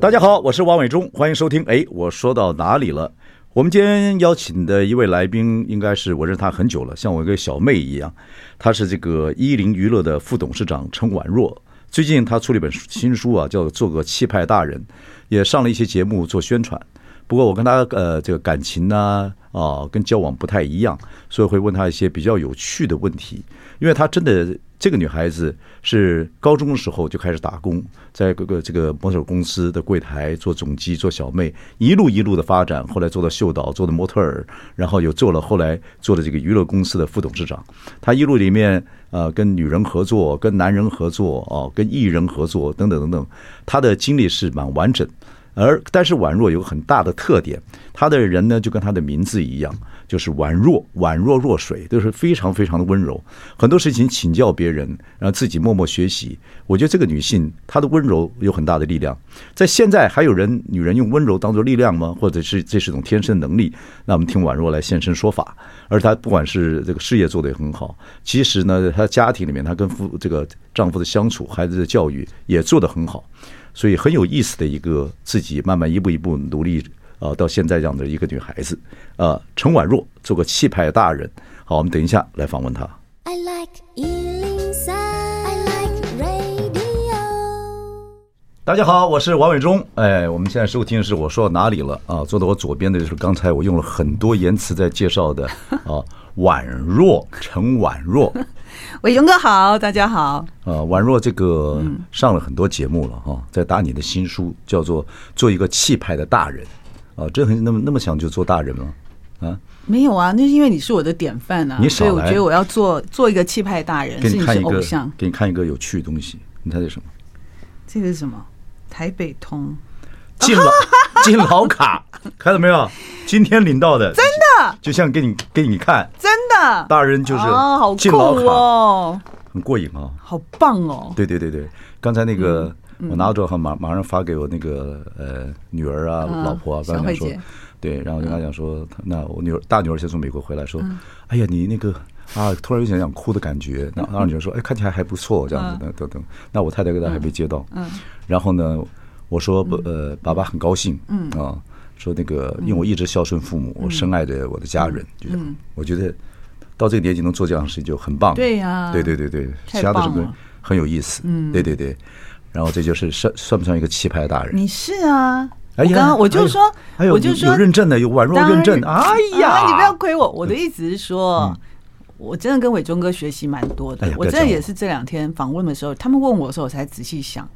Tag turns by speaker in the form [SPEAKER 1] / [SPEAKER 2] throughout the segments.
[SPEAKER 1] 大家好，我是王伟忠，欢迎收听。哎，我说到哪里了？我们今天邀请的一位来宾，应该是我认识他很久了，像我一个小妹一样。她是这个一零娱乐的副董事长陈婉若。最近她出了一本新书啊，叫《做个气派大人》，也上了一些节目做宣传。不过我跟她呃这个感情呢啊跟交往不太一样，所以会问她一些比较有趣的问题，因为她真的这个女孩子是高中的时候就开始打工，在各个这个模特公司的柜台做总机、做小妹，一路一路的发展，后来做到秀导，做的模特儿，然后又做了后来做的这个娱乐公司的副董事长。她一路里面呃跟女人合作，跟男人合作哦，跟艺人合作等等等等，她的经历是蛮完整。而但是宛若有个很大的特点，她的人呢就跟她的名字一样，就是宛若宛若若水，都是非常非常的温柔。很多事情请教别人，然后自己默默学习。我觉得这个女性她的温柔有很大的力量。在现在还有人女人用温柔当做力量吗？或者是这是一种天生能力？那我们听宛若来现身说法。而她不管是这个事业做得也很好，其实呢，她家庭里面她跟夫这个丈夫的相处、孩子的教育也做得很好。所以很有意思的一个自己慢慢一步一步努力啊、呃，到现在这样的一个女孩子啊、呃，陈婉若做个气派大人。好，我们等一下来访问她。
[SPEAKER 2] I like Ealing Sound. I like radio.
[SPEAKER 1] 大家好，我是王伟忠。哎，我们现在收听的是我说到哪里了啊？坐到我左边的就是刚才我用了很多言辞在介绍 的啊，宛若陈婉若
[SPEAKER 3] 伟雄哥好，大家好。
[SPEAKER 1] 啊，宛若这个上了很多节目了哈、在打你的新书叫做《做一个气派的大人》啊，真很那么那么想就做大人吗？啊，
[SPEAKER 3] 没有啊，那是因为你是我的典范啊，
[SPEAKER 1] 你少
[SPEAKER 3] 所
[SPEAKER 1] 来
[SPEAKER 3] 以我觉得我要做做一个气派大人，
[SPEAKER 1] 给
[SPEAKER 3] 是
[SPEAKER 1] 你
[SPEAKER 3] 你
[SPEAKER 1] 看
[SPEAKER 3] 是
[SPEAKER 1] 一
[SPEAKER 3] 偶
[SPEAKER 1] 个
[SPEAKER 3] 像，。
[SPEAKER 1] 给你看一个有趣的东西，你猜是什么？
[SPEAKER 3] 这个是什么？台北通，
[SPEAKER 1] 敬老 敬老卡，看到没有？今天领到的，真的，就像给你给你看，
[SPEAKER 3] 真的，
[SPEAKER 1] 大人就是
[SPEAKER 3] 啊，好
[SPEAKER 1] 敬
[SPEAKER 3] 酷
[SPEAKER 1] 老卡，
[SPEAKER 3] 哦，
[SPEAKER 1] 很过瘾啊！
[SPEAKER 3] 好棒哦。嗯
[SPEAKER 1] 对对对对，刚才那个、我拿到之后，马马上发给我那个呃女儿啊、
[SPEAKER 3] 嗯
[SPEAKER 1] 老婆啊，
[SPEAKER 3] 小
[SPEAKER 1] 刚讲
[SPEAKER 3] 慧
[SPEAKER 1] 说
[SPEAKER 3] 姐，
[SPEAKER 1] 对，然后我就跟她讲说，她那我女儿大女儿先从美国回来说，
[SPEAKER 3] 嗯
[SPEAKER 1] 哎呀，你那个。啊，突然有点想哭的感觉。那二女儿说：“哎，看起来还不错，这样
[SPEAKER 3] 嗯
[SPEAKER 1] 子的，等等。”那我太太跟她还没接到。嗯。然后呢，我说：“不，呃，爸爸很高兴。嗯啊，说那个，因为我一直孝顺父母，我深爱着我的家人，就这样。
[SPEAKER 3] 嗯
[SPEAKER 1] 我觉得到这个年纪能做这样的事情就很棒。
[SPEAKER 3] 对呀
[SPEAKER 1] 对对对对，
[SPEAKER 3] 太
[SPEAKER 1] 其他的什
[SPEAKER 3] 棒
[SPEAKER 1] 么
[SPEAKER 3] 了
[SPEAKER 1] 很有意思。嗯，对对对。然后这就是算算不算一个气派的大人？
[SPEAKER 3] 你是啊，
[SPEAKER 1] 哎
[SPEAKER 3] 我
[SPEAKER 1] 呀，
[SPEAKER 3] 刚刚我
[SPEAKER 1] 哎
[SPEAKER 3] 就
[SPEAKER 1] 呦
[SPEAKER 3] 说，
[SPEAKER 1] 哎呦，
[SPEAKER 3] 我就
[SPEAKER 1] 有
[SPEAKER 3] 说
[SPEAKER 1] 有认证的，有宛若
[SPEAKER 3] 当
[SPEAKER 1] 认证。
[SPEAKER 3] 然
[SPEAKER 1] 哎呀，嗯
[SPEAKER 3] 啊你不要亏我。我的意思是说，我真的跟伟忠哥学习蛮多
[SPEAKER 1] 哎
[SPEAKER 3] 的
[SPEAKER 1] 呀。不
[SPEAKER 3] 我
[SPEAKER 1] 要
[SPEAKER 3] 真
[SPEAKER 1] 讲
[SPEAKER 3] 的
[SPEAKER 1] 我
[SPEAKER 3] 也是这两天访问的时候，他们问我的时候，我才仔细想。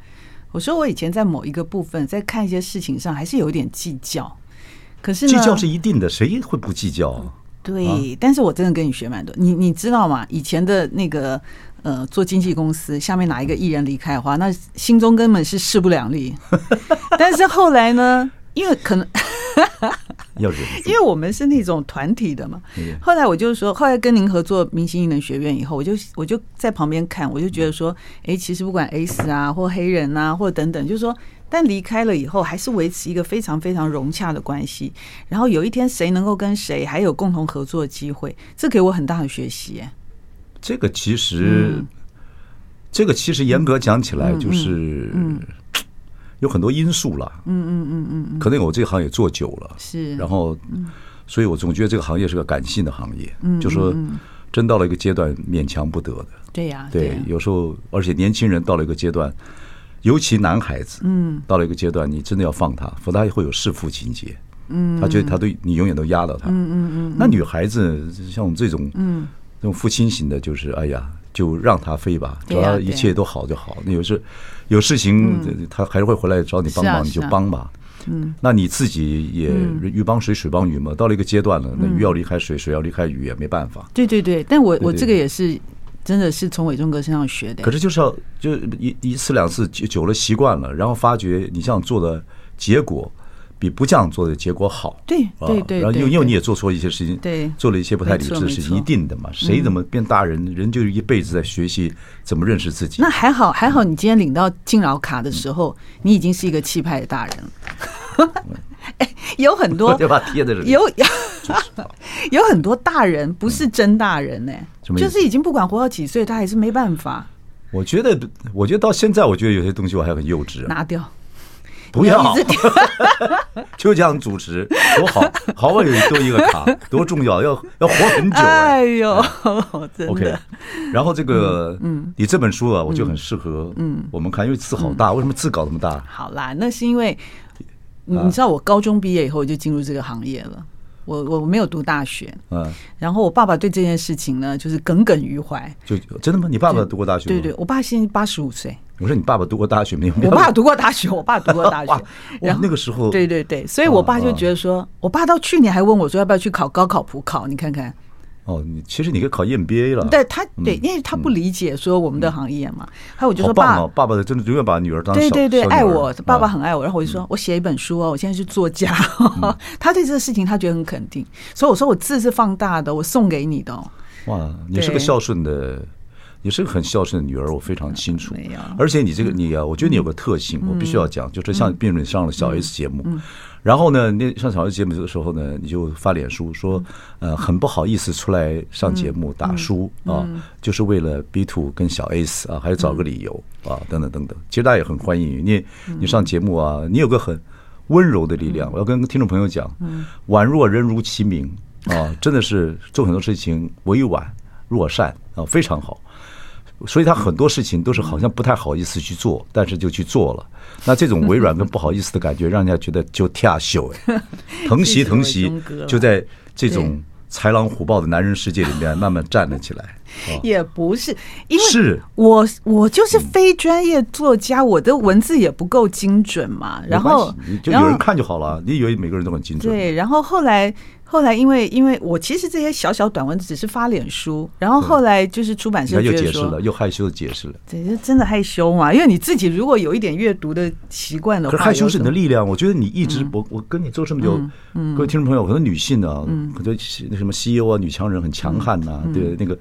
[SPEAKER 3] 我说我以前在某一个部分，在看一些事情上，还是有一点计较。可是呢
[SPEAKER 1] 计较是一定的，谁会不计较啊？
[SPEAKER 3] 对，但是我真的跟你学蛮多。你你知道吗？以前的那个呃，做经纪公司，下面哪一个艺人离开的话，那心中根本是势不 两立。但是后来呢，因为可能
[SPEAKER 1] 要忍住
[SPEAKER 3] 因。为我们是那种团体的嘛
[SPEAKER 1] 对。
[SPEAKER 3] 后来我就说，后来跟您合作明星艺能学院以后，我就我就在旁边看，我就觉得
[SPEAKER 1] 嗯
[SPEAKER 3] 说，哎，其实不管 S 啊，或黑人啊，或等等，就是说，但离开了以后，还是维持一个非常非常融洽的关系。然后有一天，谁能够跟谁还有共同合作的机会，这给我很大的学习、哎
[SPEAKER 1] 这个其实，
[SPEAKER 3] 嗯
[SPEAKER 1] 这个其实严格讲起来，就是、
[SPEAKER 3] 嗯
[SPEAKER 1] 有很多因素了。嗯嗯嗯嗯，可能我这行也做久了，
[SPEAKER 3] 是嗯
[SPEAKER 1] 然后，所以我总觉得这个行业是个感性的行业，嗯，就说真到了一个阶段，勉强不得的。
[SPEAKER 3] 对呀、
[SPEAKER 1] 对，啊
[SPEAKER 3] 呀
[SPEAKER 1] 有时候，而且年轻人到了一个阶段，尤其男孩子，嗯，到了一个阶段，你真的要放他，否则他会有弑父情节。嗯，他觉得他对你永远都压到他。嗯嗯嗯。那女孩子像我们这种，嗯，这种父亲型的，就是哎呀，就让他飞吧，只
[SPEAKER 3] 对呀
[SPEAKER 1] 要
[SPEAKER 3] 对
[SPEAKER 1] 一
[SPEAKER 3] 呀
[SPEAKER 1] 切都好就好。那有事有事情，他还是会回来找你帮
[SPEAKER 3] 是啊
[SPEAKER 1] 忙，你
[SPEAKER 3] 是
[SPEAKER 1] 就
[SPEAKER 3] 啊
[SPEAKER 1] 帮吧。嗯，那你自己也鱼帮水，水帮鱼嘛。到了一个阶段了，那鱼要离开水，水要离开鱼，也没办法。
[SPEAKER 3] 对对对，但我我
[SPEAKER 1] 对
[SPEAKER 3] 这个也是真的是从伟忠哥身上学的、
[SPEAKER 1] 可是就是要就一一次两次久久了习惯了，然后发觉你这样做的结果比不这样做的结果好。
[SPEAKER 3] 对
[SPEAKER 1] 啊
[SPEAKER 3] 对对
[SPEAKER 1] 然后
[SPEAKER 3] 对
[SPEAKER 1] 因为因为
[SPEAKER 3] 对
[SPEAKER 1] 你也做错一些事情，
[SPEAKER 3] 对
[SPEAKER 1] 做了一些不太理智的
[SPEAKER 3] 没错
[SPEAKER 1] 事情，
[SPEAKER 3] 没错嗯
[SPEAKER 1] 一定的嘛。谁怎么变大人，人就一辈子在学习怎么认识自己
[SPEAKER 3] 那。还好，还好，你今天领到敬老卡的时候，你已经是一个气派的大人了。 哎，有很多
[SPEAKER 1] 对吧？贴在这里，
[SPEAKER 3] 有 有很多大人不是真大人呢、
[SPEAKER 1] 嗯什么意思
[SPEAKER 3] 就是已经不管活到几岁，他还是没办法
[SPEAKER 1] 我觉得，我觉得到现在，我觉得有些东西我还很幼稚啊。
[SPEAKER 3] 拿掉。
[SPEAKER 1] 不要
[SPEAKER 3] 一直
[SPEAKER 1] 就这样主持，多好，好不容易多一个卡，多重要，要要活很久、哎嗯
[SPEAKER 3] 哎呦， 真
[SPEAKER 1] OK，
[SPEAKER 3] 的，
[SPEAKER 1] 然后这个，嗯，你这本书啊，我就很适合，嗯，我们看，因为字好大，为什么字搞这么大？
[SPEAKER 3] 好啦，那是因为
[SPEAKER 1] 啊
[SPEAKER 3] 你你知道，我高中毕业以后我就进入这个行业了。我我没有读大学，
[SPEAKER 1] 嗯，
[SPEAKER 3] 然后我爸爸对这件事情呢，就是耿耿于怀。
[SPEAKER 1] 就真的吗？你爸爸读过大学
[SPEAKER 3] 对
[SPEAKER 1] 吗？
[SPEAKER 3] 对，我爸现在八十五岁，
[SPEAKER 1] 我说你爸爸读过大学没有？
[SPEAKER 3] 我爸读过大学，我爸读过 大
[SPEAKER 1] 哇哇
[SPEAKER 3] 学，然后
[SPEAKER 1] 那个时候
[SPEAKER 3] 对对对，所以我爸就觉得说，我爸到去年还问我说要不要去考高考普考，你看看，
[SPEAKER 1] 哦，你其实你可以考 EMBA 了，
[SPEAKER 3] 对他对，因为他不理解说我们的行业嘛，还有我就
[SPEAKER 1] 嗯好
[SPEAKER 3] 说
[SPEAKER 1] 棒
[SPEAKER 3] 爸
[SPEAKER 1] 哦！，爸爸真的永远把女儿当小
[SPEAKER 3] 对对对，
[SPEAKER 1] 小女儿
[SPEAKER 3] 爱我，爸爸
[SPEAKER 1] 啊
[SPEAKER 3] 很爱我，然后我就说，我写一本书哦，我现在是作家，哦
[SPEAKER 1] 嗯
[SPEAKER 3] 他对这个事情他觉得很肯定，所以我说我字是放大的，我送给你的哦，
[SPEAKER 1] 哇，你是个
[SPEAKER 3] 对
[SPEAKER 1] 孝顺的，你是个很孝顺的女儿，我非常清楚
[SPEAKER 3] 没有。嗯
[SPEAKER 1] 而且你这个你啊，我觉得你有个特性，我必须要讲，就是像辩论上了小 S 节目，
[SPEAKER 3] 嗯
[SPEAKER 1] 然后呢，那上小 S 节目的时候呢，你就发脸书说，
[SPEAKER 3] 嗯
[SPEAKER 1] 呃，很不好意思出来上节目打书啊，
[SPEAKER 3] 嗯
[SPEAKER 1] 就是为了 B two 跟小 S 啊，还要找个理由
[SPEAKER 3] 嗯
[SPEAKER 1] 啊，等等等等。其实大家也很欢迎你，你你上节目啊，你有个很。温柔的力
[SPEAKER 3] 嗯
[SPEAKER 1] 量，我要跟听众朋友讲，宛若人如其名啊，真的是做很多事情委婉若善啊，非常好。所以他很多事情都是好像不太好意思去做，但是就去做了。那这种委软跟不好意思的感觉，让人家觉得就跳秀 哎，疼惜疼惜
[SPEAKER 3] 这是我的忠哥，了
[SPEAKER 1] 就在这种
[SPEAKER 3] 对
[SPEAKER 1] 豺狼虎豹的男人世界里面慢慢站了起来。啊
[SPEAKER 3] 也不是，因为
[SPEAKER 1] 是嗯
[SPEAKER 3] 我我就是非专业作家，我的文字也不够精准嘛，然
[SPEAKER 1] 没
[SPEAKER 3] 后
[SPEAKER 1] 关系你就
[SPEAKER 3] 然
[SPEAKER 1] 有人
[SPEAKER 3] 后
[SPEAKER 1] 看就好了，你以为每个人都很精准？
[SPEAKER 3] 对，然后后来后来因为因为我其实这些小小短文只是发脸书，然后后来就是出版
[SPEAKER 1] 你看
[SPEAKER 3] 社
[SPEAKER 1] 又
[SPEAKER 3] 觉
[SPEAKER 1] 解
[SPEAKER 3] 得
[SPEAKER 1] 释
[SPEAKER 3] 说
[SPEAKER 1] 了，，又害羞的解释了。
[SPEAKER 3] 对，就真的害羞嘛，因为你自己如果有一点阅读的习惯的
[SPEAKER 1] 可
[SPEAKER 3] 话，
[SPEAKER 1] 是害羞是你的
[SPEAKER 3] 有什么嗯
[SPEAKER 1] 力量，我觉得你一直我我跟你做这么久，各位听众朋友，很多女性啊，
[SPEAKER 3] 嗯
[SPEAKER 1] 很多那什么 CEO 啊，女强人很强悍呐，对那个。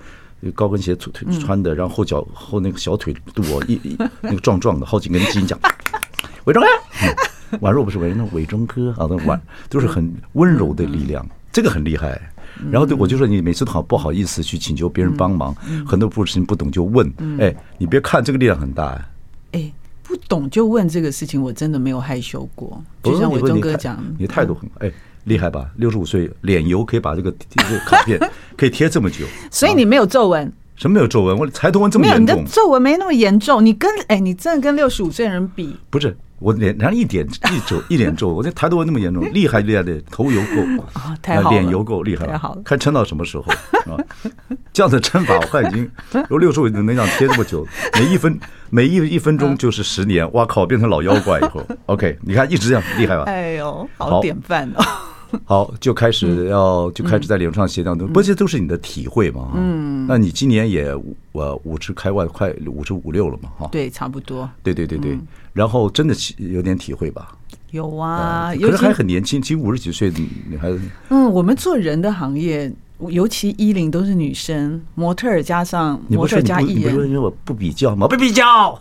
[SPEAKER 1] 高跟鞋穿
[SPEAKER 3] 嗯
[SPEAKER 1] 穿的，然后后脚后那个小腿肚哦，一一那个壮壮的，好几根筋，讲伟忠哥， 宛若不是伟，那伟忠哥啊，那宛都是很温柔的力
[SPEAKER 3] 嗯
[SPEAKER 1] 量，这个很厉害。然后对我就说，你每次都好不好意思去请求别人帮忙，
[SPEAKER 3] 嗯
[SPEAKER 1] 很多事情不懂就问，哎，你别看这个力量很大，哎
[SPEAKER 3] 哎。不懂就问这个事情，我真的没有害羞过。
[SPEAKER 1] 不
[SPEAKER 3] 就是像
[SPEAKER 1] 你
[SPEAKER 3] 伟
[SPEAKER 1] 不是
[SPEAKER 3] 忠
[SPEAKER 1] 你
[SPEAKER 3] 哥
[SPEAKER 1] 态
[SPEAKER 3] 讲，嗯
[SPEAKER 1] 你态度很好哎，厉害吧？六十五岁，脸油可以把这个这个卡 片可以贴这么久，
[SPEAKER 3] 所以你没有皱纹，
[SPEAKER 1] 什么没有皱纹？我抬头纹这么
[SPEAKER 3] 没有
[SPEAKER 1] 严
[SPEAKER 3] 你的
[SPEAKER 1] 重，
[SPEAKER 3] 皱纹没那么严重。你跟哎，你真的跟六十五岁的人比，
[SPEAKER 1] 不是我脸上一点一皱一脸皱纹，我这抬头纹那么严重，厉害厉害的，头油够呃
[SPEAKER 3] 啊太好了
[SPEAKER 1] 脸油够厉害
[SPEAKER 3] 太好了
[SPEAKER 1] 看撑到什么时候啊？这样的撑法我看已经有六十五能让贴这么久，每一分每一一分
[SPEAKER 3] 嗯
[SPEAKER 1] 钟就是十年，哇靠，变成老妖怪以后，OK，你看一直这样厉害吧？
[SPEAKER 3] 哎呦，
[SPEAKER 1] 啊好
[SPEAKER 3] 好典范哦。
[SPEAKER 1] 好，就开始要、就开始在脸上写两东不过这都是你的体会嘛。嗯，那你今年也五呃五十开外，快五十五六了嘛，哈。
[SPEAKER 3] 对，差不多
[SPEAKER 1] 对嗯对对对然后真的起有点体会吧。呃
[SPEAKER 3] 有啊。
[SPEAKER 1] 可
[SPEAKER 3] 尤
[SPEAKER 1] 是
[SPEAKER 3] 其
[SPEAKER 1] 还很年轻，其实五十几岁你你还
[SPEAKER 3] 嗯，我们做人的行业，尤其衣领都是女生，模特儿加上
[SPEAKER 1] 你
[SPEAKER 3] 模
[SPEAKER 1] 不是
[SPEAKER 3] 特儿
[SPEAKER 1] 你
[SPEAKER 3] 加
[SPEAKER 1] 不你
[SPEAKER 3] 艺
[SPEAKER 1] 不是
[SPEAKER 3] 人，
[SPEAKER 1] 因为我不比较吗？不比较，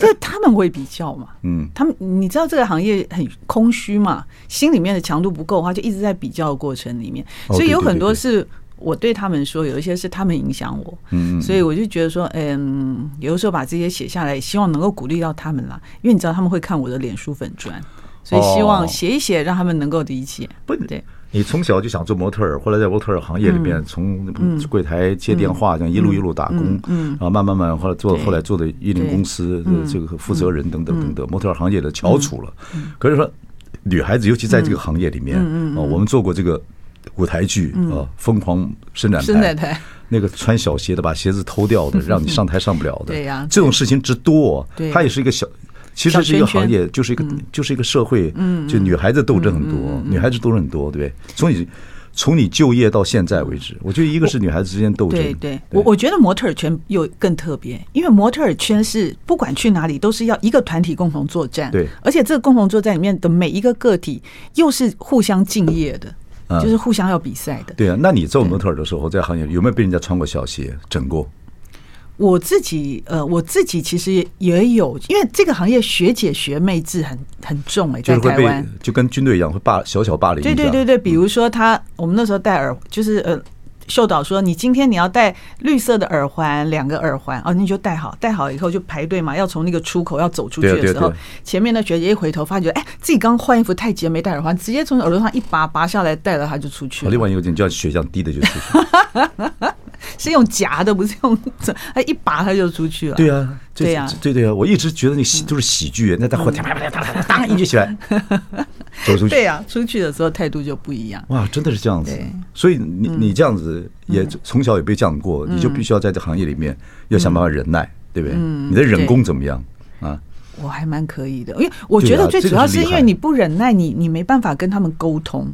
[SPEAKER 3] 这他们会比较嘛。
[SPEAKER 1] 嗯，
[SPEAKER 3] 他们你知道这个行业很空虚嘛，心里面的强度不够，他就一直在比较的过程里面，
[SPEAKER 1] 哦
[SPEAKER 3] 所以有
[SPEAKER 1] 对对
[SPEAKER 3] 很多
[SPEAKER 1] 对对
[SPEAKER 3] 是。我对他们说，有一些是他们影响我，
[SPEAKER 1] 嗯嗯嗯
[SPEAKER 3] 所以我就觉得说，嗯，有的时候把这些写下来，希望能够鼓励到他们啦，因为你知道他们会看我的脸书粉砖，所以希
[SPEAKER 1] 哦
[SPEAKER 3] 望写一写，让他们能够理解。
[SPEAKER 1] 不
[SPEAKER 3] 对，嗯
[SPEAKER 1] 你从小就想做模特儿，后来在模特儿行业里面，从柜台接电话，这样一路一路打工，然后慢慢慢，后来做，
[SPEAKER 3] 嗯对嗯
[SPEAKER 1] 后来做的一零公司的这个负责人等等等等，模特儿行业的翘楚了。可是说，女孩子尤其在这个行业里
[SPEAKER 3] 嗯
[SPEAKER 1] 面啊，我们做过这个舞台剧啊，《疯狂伸展台》，
[SPEAKER 3] 伸展台
[SPEAKER 1] 那个穿小鞋的把鞋子偷掉 的，让你上台上不了的，
[SPEAKER 3] 对呀
[SPEAKER 1] 这种事情之多，
[SPEAKER 3] 对
[SPEAKER 1] 它也是一个小。其实是一个
[SPEAKER 3] 小圈圈
[SPEAKER 1] 行业，就是一个、就是一个社会，就女孩子斗争很多，女孩子斗争很多，对不对？所以从你就业到现在为止，我觉得一个是女孩子之间斗争，
[SPEAKER 3] 对对，我我觉得模特儿圈又更特别，因为模特儿圈是不管去哪里都是要一个团体共同作战，
[SPEAKER 1] 对
[SPEAKER 3] 而且这个共同作战里面的每一个个体又是互相敬业的，
[SPEAKER 1] 嗯
[SPEAKER 3] 就是互相要比赛的。
[SPEAKER 1] 对啊。那你做模特儿的时候，在行业里有没有被人家穿过小鞋整过？
[SPEAKER 3] 我自己呃，我自己其实也有，因为这个行业学姐学妹制很很重哎、
[SPEAKER 1] 就
[SPEAKER 3] 在
[SPEAKER 1] 是会
[SPEAKER 3] 台湾
[SPEAKER 1] 被，就跟军队一样会霸小小霸凌一
[SPEAKER 3] 对
[SPEAKER 1] 下。
[SPEAKER 3] 对对对，比
[SPEAKER 1] 嗯
[SPEAKER 3] 如说他，我们那时候戴耳，就是呃，秀导说你今天你要戴绿色的耳环，两个耳环，哦，你就戴好，戴好以后就排队嘛，要从那个出口要走出去
[SPEAKER 1] 对对
[SPEAKER 3] 的时候
[SPEAKER 1] 对，
[SPEAKER 3] 前面的学姐一回头发觉，哎，自己刚换衣服太急了没戴耳环，直接从耳朵上一拔拔下来戴了，他就出去
[SPEAKER 1] 好，
[SPEAKER 3] 了
[SPEAKER 1] 另，外一个你就要血这样滴的就出去。
[SPEAKER 3] 是用夹的，不是用，他一拔他就出去了。
[SPEAKER 1] 对啊，这
[SPEAKER 3] 对呀
[SPEAKER 1] 这对对啊，我一直觉得那戏都是喜剧，那在后台啪啪啪啪啪当一举起来，走出去。
[SPEAKER 3] 对呀、出去的时候态度就不一样。
[SPEAKER 1] 哇，真的是这样子
[SPEAKER 3] 对。嗯
[SPEAKER 1] 所以你你这样子也从小也被这样过，你就必须要在这行业里
[SPEAKER 3] 嗯
[SPEAKER 1] 面要想办法忍耐，对不对？你的忍功怎么样啊？
[SPEAKER 3] 我还蛮可以的，因为我觉
[SPEAKER 1] 对
[SPEAKER 3] 得
[SPEAKER 1] 啊
[SPEAKER 3] 最
[SPEAKER 1] 这
[SPEAKER 3] 主
[SPEAKER 1] 个
[SPEAKER 3] 要
[SPEAKER 1] 是
[SPEAKER 3] 是
[SPEAKER 1] 厉
[SPEAKER 3] 因
[SPEAKER 1] 害
[SPEAKER 3] 为你不忍耐，你你没办法跟他们沟通。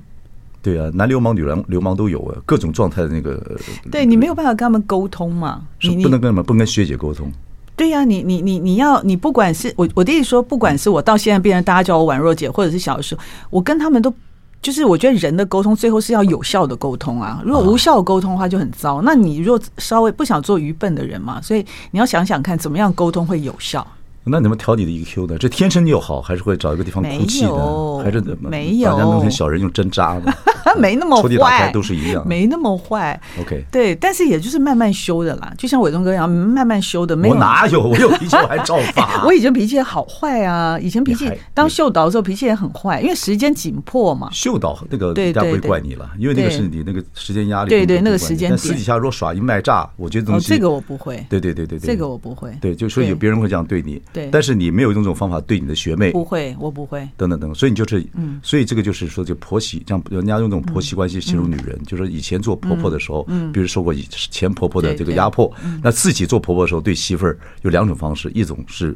[SPEAKER 1] 对啊，男流氓、女流流氓都有啊，各种状态的那个。
[SPEAKER 3] 对你没有办法跟他们沟通嘛，
[SPEAKER 1] 是
[SPEAKER 3] 你你
[SPEAKER 1] 不能跟什么，不能跟学姐沟通。
[SPEAKER 3] 对呀、你你你你要你不管是我我的意思说，不管是我到现在变成大家叫我宛若姐，或者是小的时候，我跟他们都就是我觉得人的沟通最后是要有效的沟通啊，如果无效的沟通的话就很糟。那你若稍微不想做愚笨的人嘛，所以你要想想看怎么样沟通会有效。
[SPEAKER 1] 那你怎么调你的 EQ 呢？这天生就好，还是会找一个地方哭泣
[SPEAKER 3] 没
[SPEAKER 1] 呢？
[SPEAKER 3] 有
[SPEAKER 1] 还是怎么？
[SPEAKER 3] 没有
[SPEAKER 1] 把人家弄成小人用针扎呢？
[SPEAKER 3] 他没那么
[SPEAKER 1] 抽屉打开
[SPEAKER 3] 坏，
[SPEAKER 1] 都是一样。
[SPEAKER 3] 没那么坏。
[SPEAKER 1] OK，
[SPEAKER 3] 对，但是也就是慢慢修的啦，就像伟忠哥一样，慢慢修 的。没有
[SPEAKER 1] 我哪有？ 我有脾气我还照发。
[SPEAKER 3] 我以前脾气也好坏啊，以前脾
[SPEAKER 1] 你
[SPEAKER 3] 气
[SPEAKER 1] 啊还
[SPEAKER 3] 当秀导的时候脾气也很坏，因为时间紧迫嘛。
[SPEAKER 1] 秀导那个
[SPEAKER 3] 对
[SPEAKER 1] 人家不会
[SPEAKER 3] 对对
[SPEAKER 1] 怪你了，因为那个
[SPEAKER 3] 对
[SPEAKER 1] 是你那个时间压力。
[SPEAKER 3] 对对
[SPEAKER 1] 根本
[SPEAKER 3] 那个
[SPEAKER 1] 不怪你
[SPEAKER 3] 时间
[SPEAKER 1] 但
[SPEAKER 3] 点
[SPEAKER 1] 私底下如果耍一卖炸，我觉得东
[SPEAKER 3] 哦，
[SPEAKER 1] 西
[SPEAKER 3] 这个我不会，
[SPEAKER 1] 对对对对对，
[SPEAKER 3] 这个我不会，
[SPEAKER 1] 对，就说有别人会这样对你，
[SPEAKER 3] 对
[SPEAKER 1] 但是你没有用这种方法对你的学妹
[SPEAKER 3] 不嗯会，我不会。
[SPEAKER 1] 等等等，所以你就是，所以这个就是说，这婆媳，像人家用这种婆媳关系形容女
[SPEAKER 3] 嗯
[SPEAKER 1] 人，就是以前做婆婆的时候，比如受过以前婆婆的
[SPEAKER 3] 对
[SPEAKER 1] 这个
[SPEAKER 3] 嗯对嗯
[SPEAKER 1] 压迫，那自己做婆婆的时候对媳妇儿有两种方式，一种是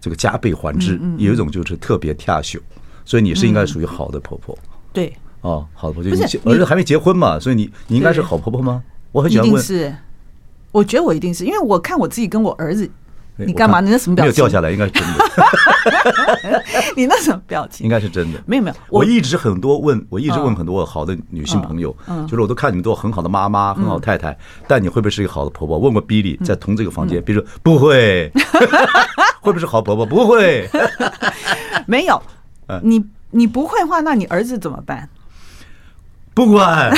[SPEAKER 1] 这个加倍还
[SPEAKER 3] 嗯
[SPEAKER 1] 之，有一种就是特别跳秀，所以你是应该属于好的婆婆
[SPEAKER 3] 对，
[SPEAKER 1] 啊，好的婆婆，
[SPEAKER 3] 不是
[SPEAKER 1] 你结
[SPEAKER 3] 你
[SPEAKER 1] 儿子还没结婚嘛，所以你你应该是好婆婆吗？我很
[SPEAKER 3] 一
[SPEAKER 1] 喜欢
[SPEAKER 3] 定
[SPEAKER 1] 问，
[SPEAKER 3] 是。我觉得我一定是，因为我看我自己跟我儿子，
[SPEAKER 1] 哎
[SPEAKER 3] 你
[SPEAKER 1] 我
[SPEAKER 3] 干嘛？
[SPEAKER 1] 看
[SPEAKER 3] 你那什么表
[SPEAKER 1] 没
[SPEAKER 3] 情？
[SPEAKER 1] 有掉下来，应该是真的。
[SPEAKER 3] 你那什么表
[SPEAKER 1] 应
[SPEAKER 3] 情？
[SPEAKER 1] 该是真的。
[SPEAKER 3] 没有没有
[SPEAKER 1] 嗯我
[SPEAKER 3] 我
[SPEAKER 1] 一直很多问，我一直问
[SPEAKER 3] 嗯
[SPEAKER 1] 很多好的女性朋友，
[SPEAKER 3] 嗯嗯嗯
[SPEAKER 1] 就是我都看你们都有很好的妈妈、很好的太太，但你会不会是一个好的婆婆？问过 Billy，在同这个房间，比如说不 会，会不会是好婆婆？不会。
[SPEAKER 3] 没有，
[SPEAKER 1] 嗯
[SPEAKER 3] 你你不会的话，那你儿子怎么 办？
[SPEAKER 1] 不管，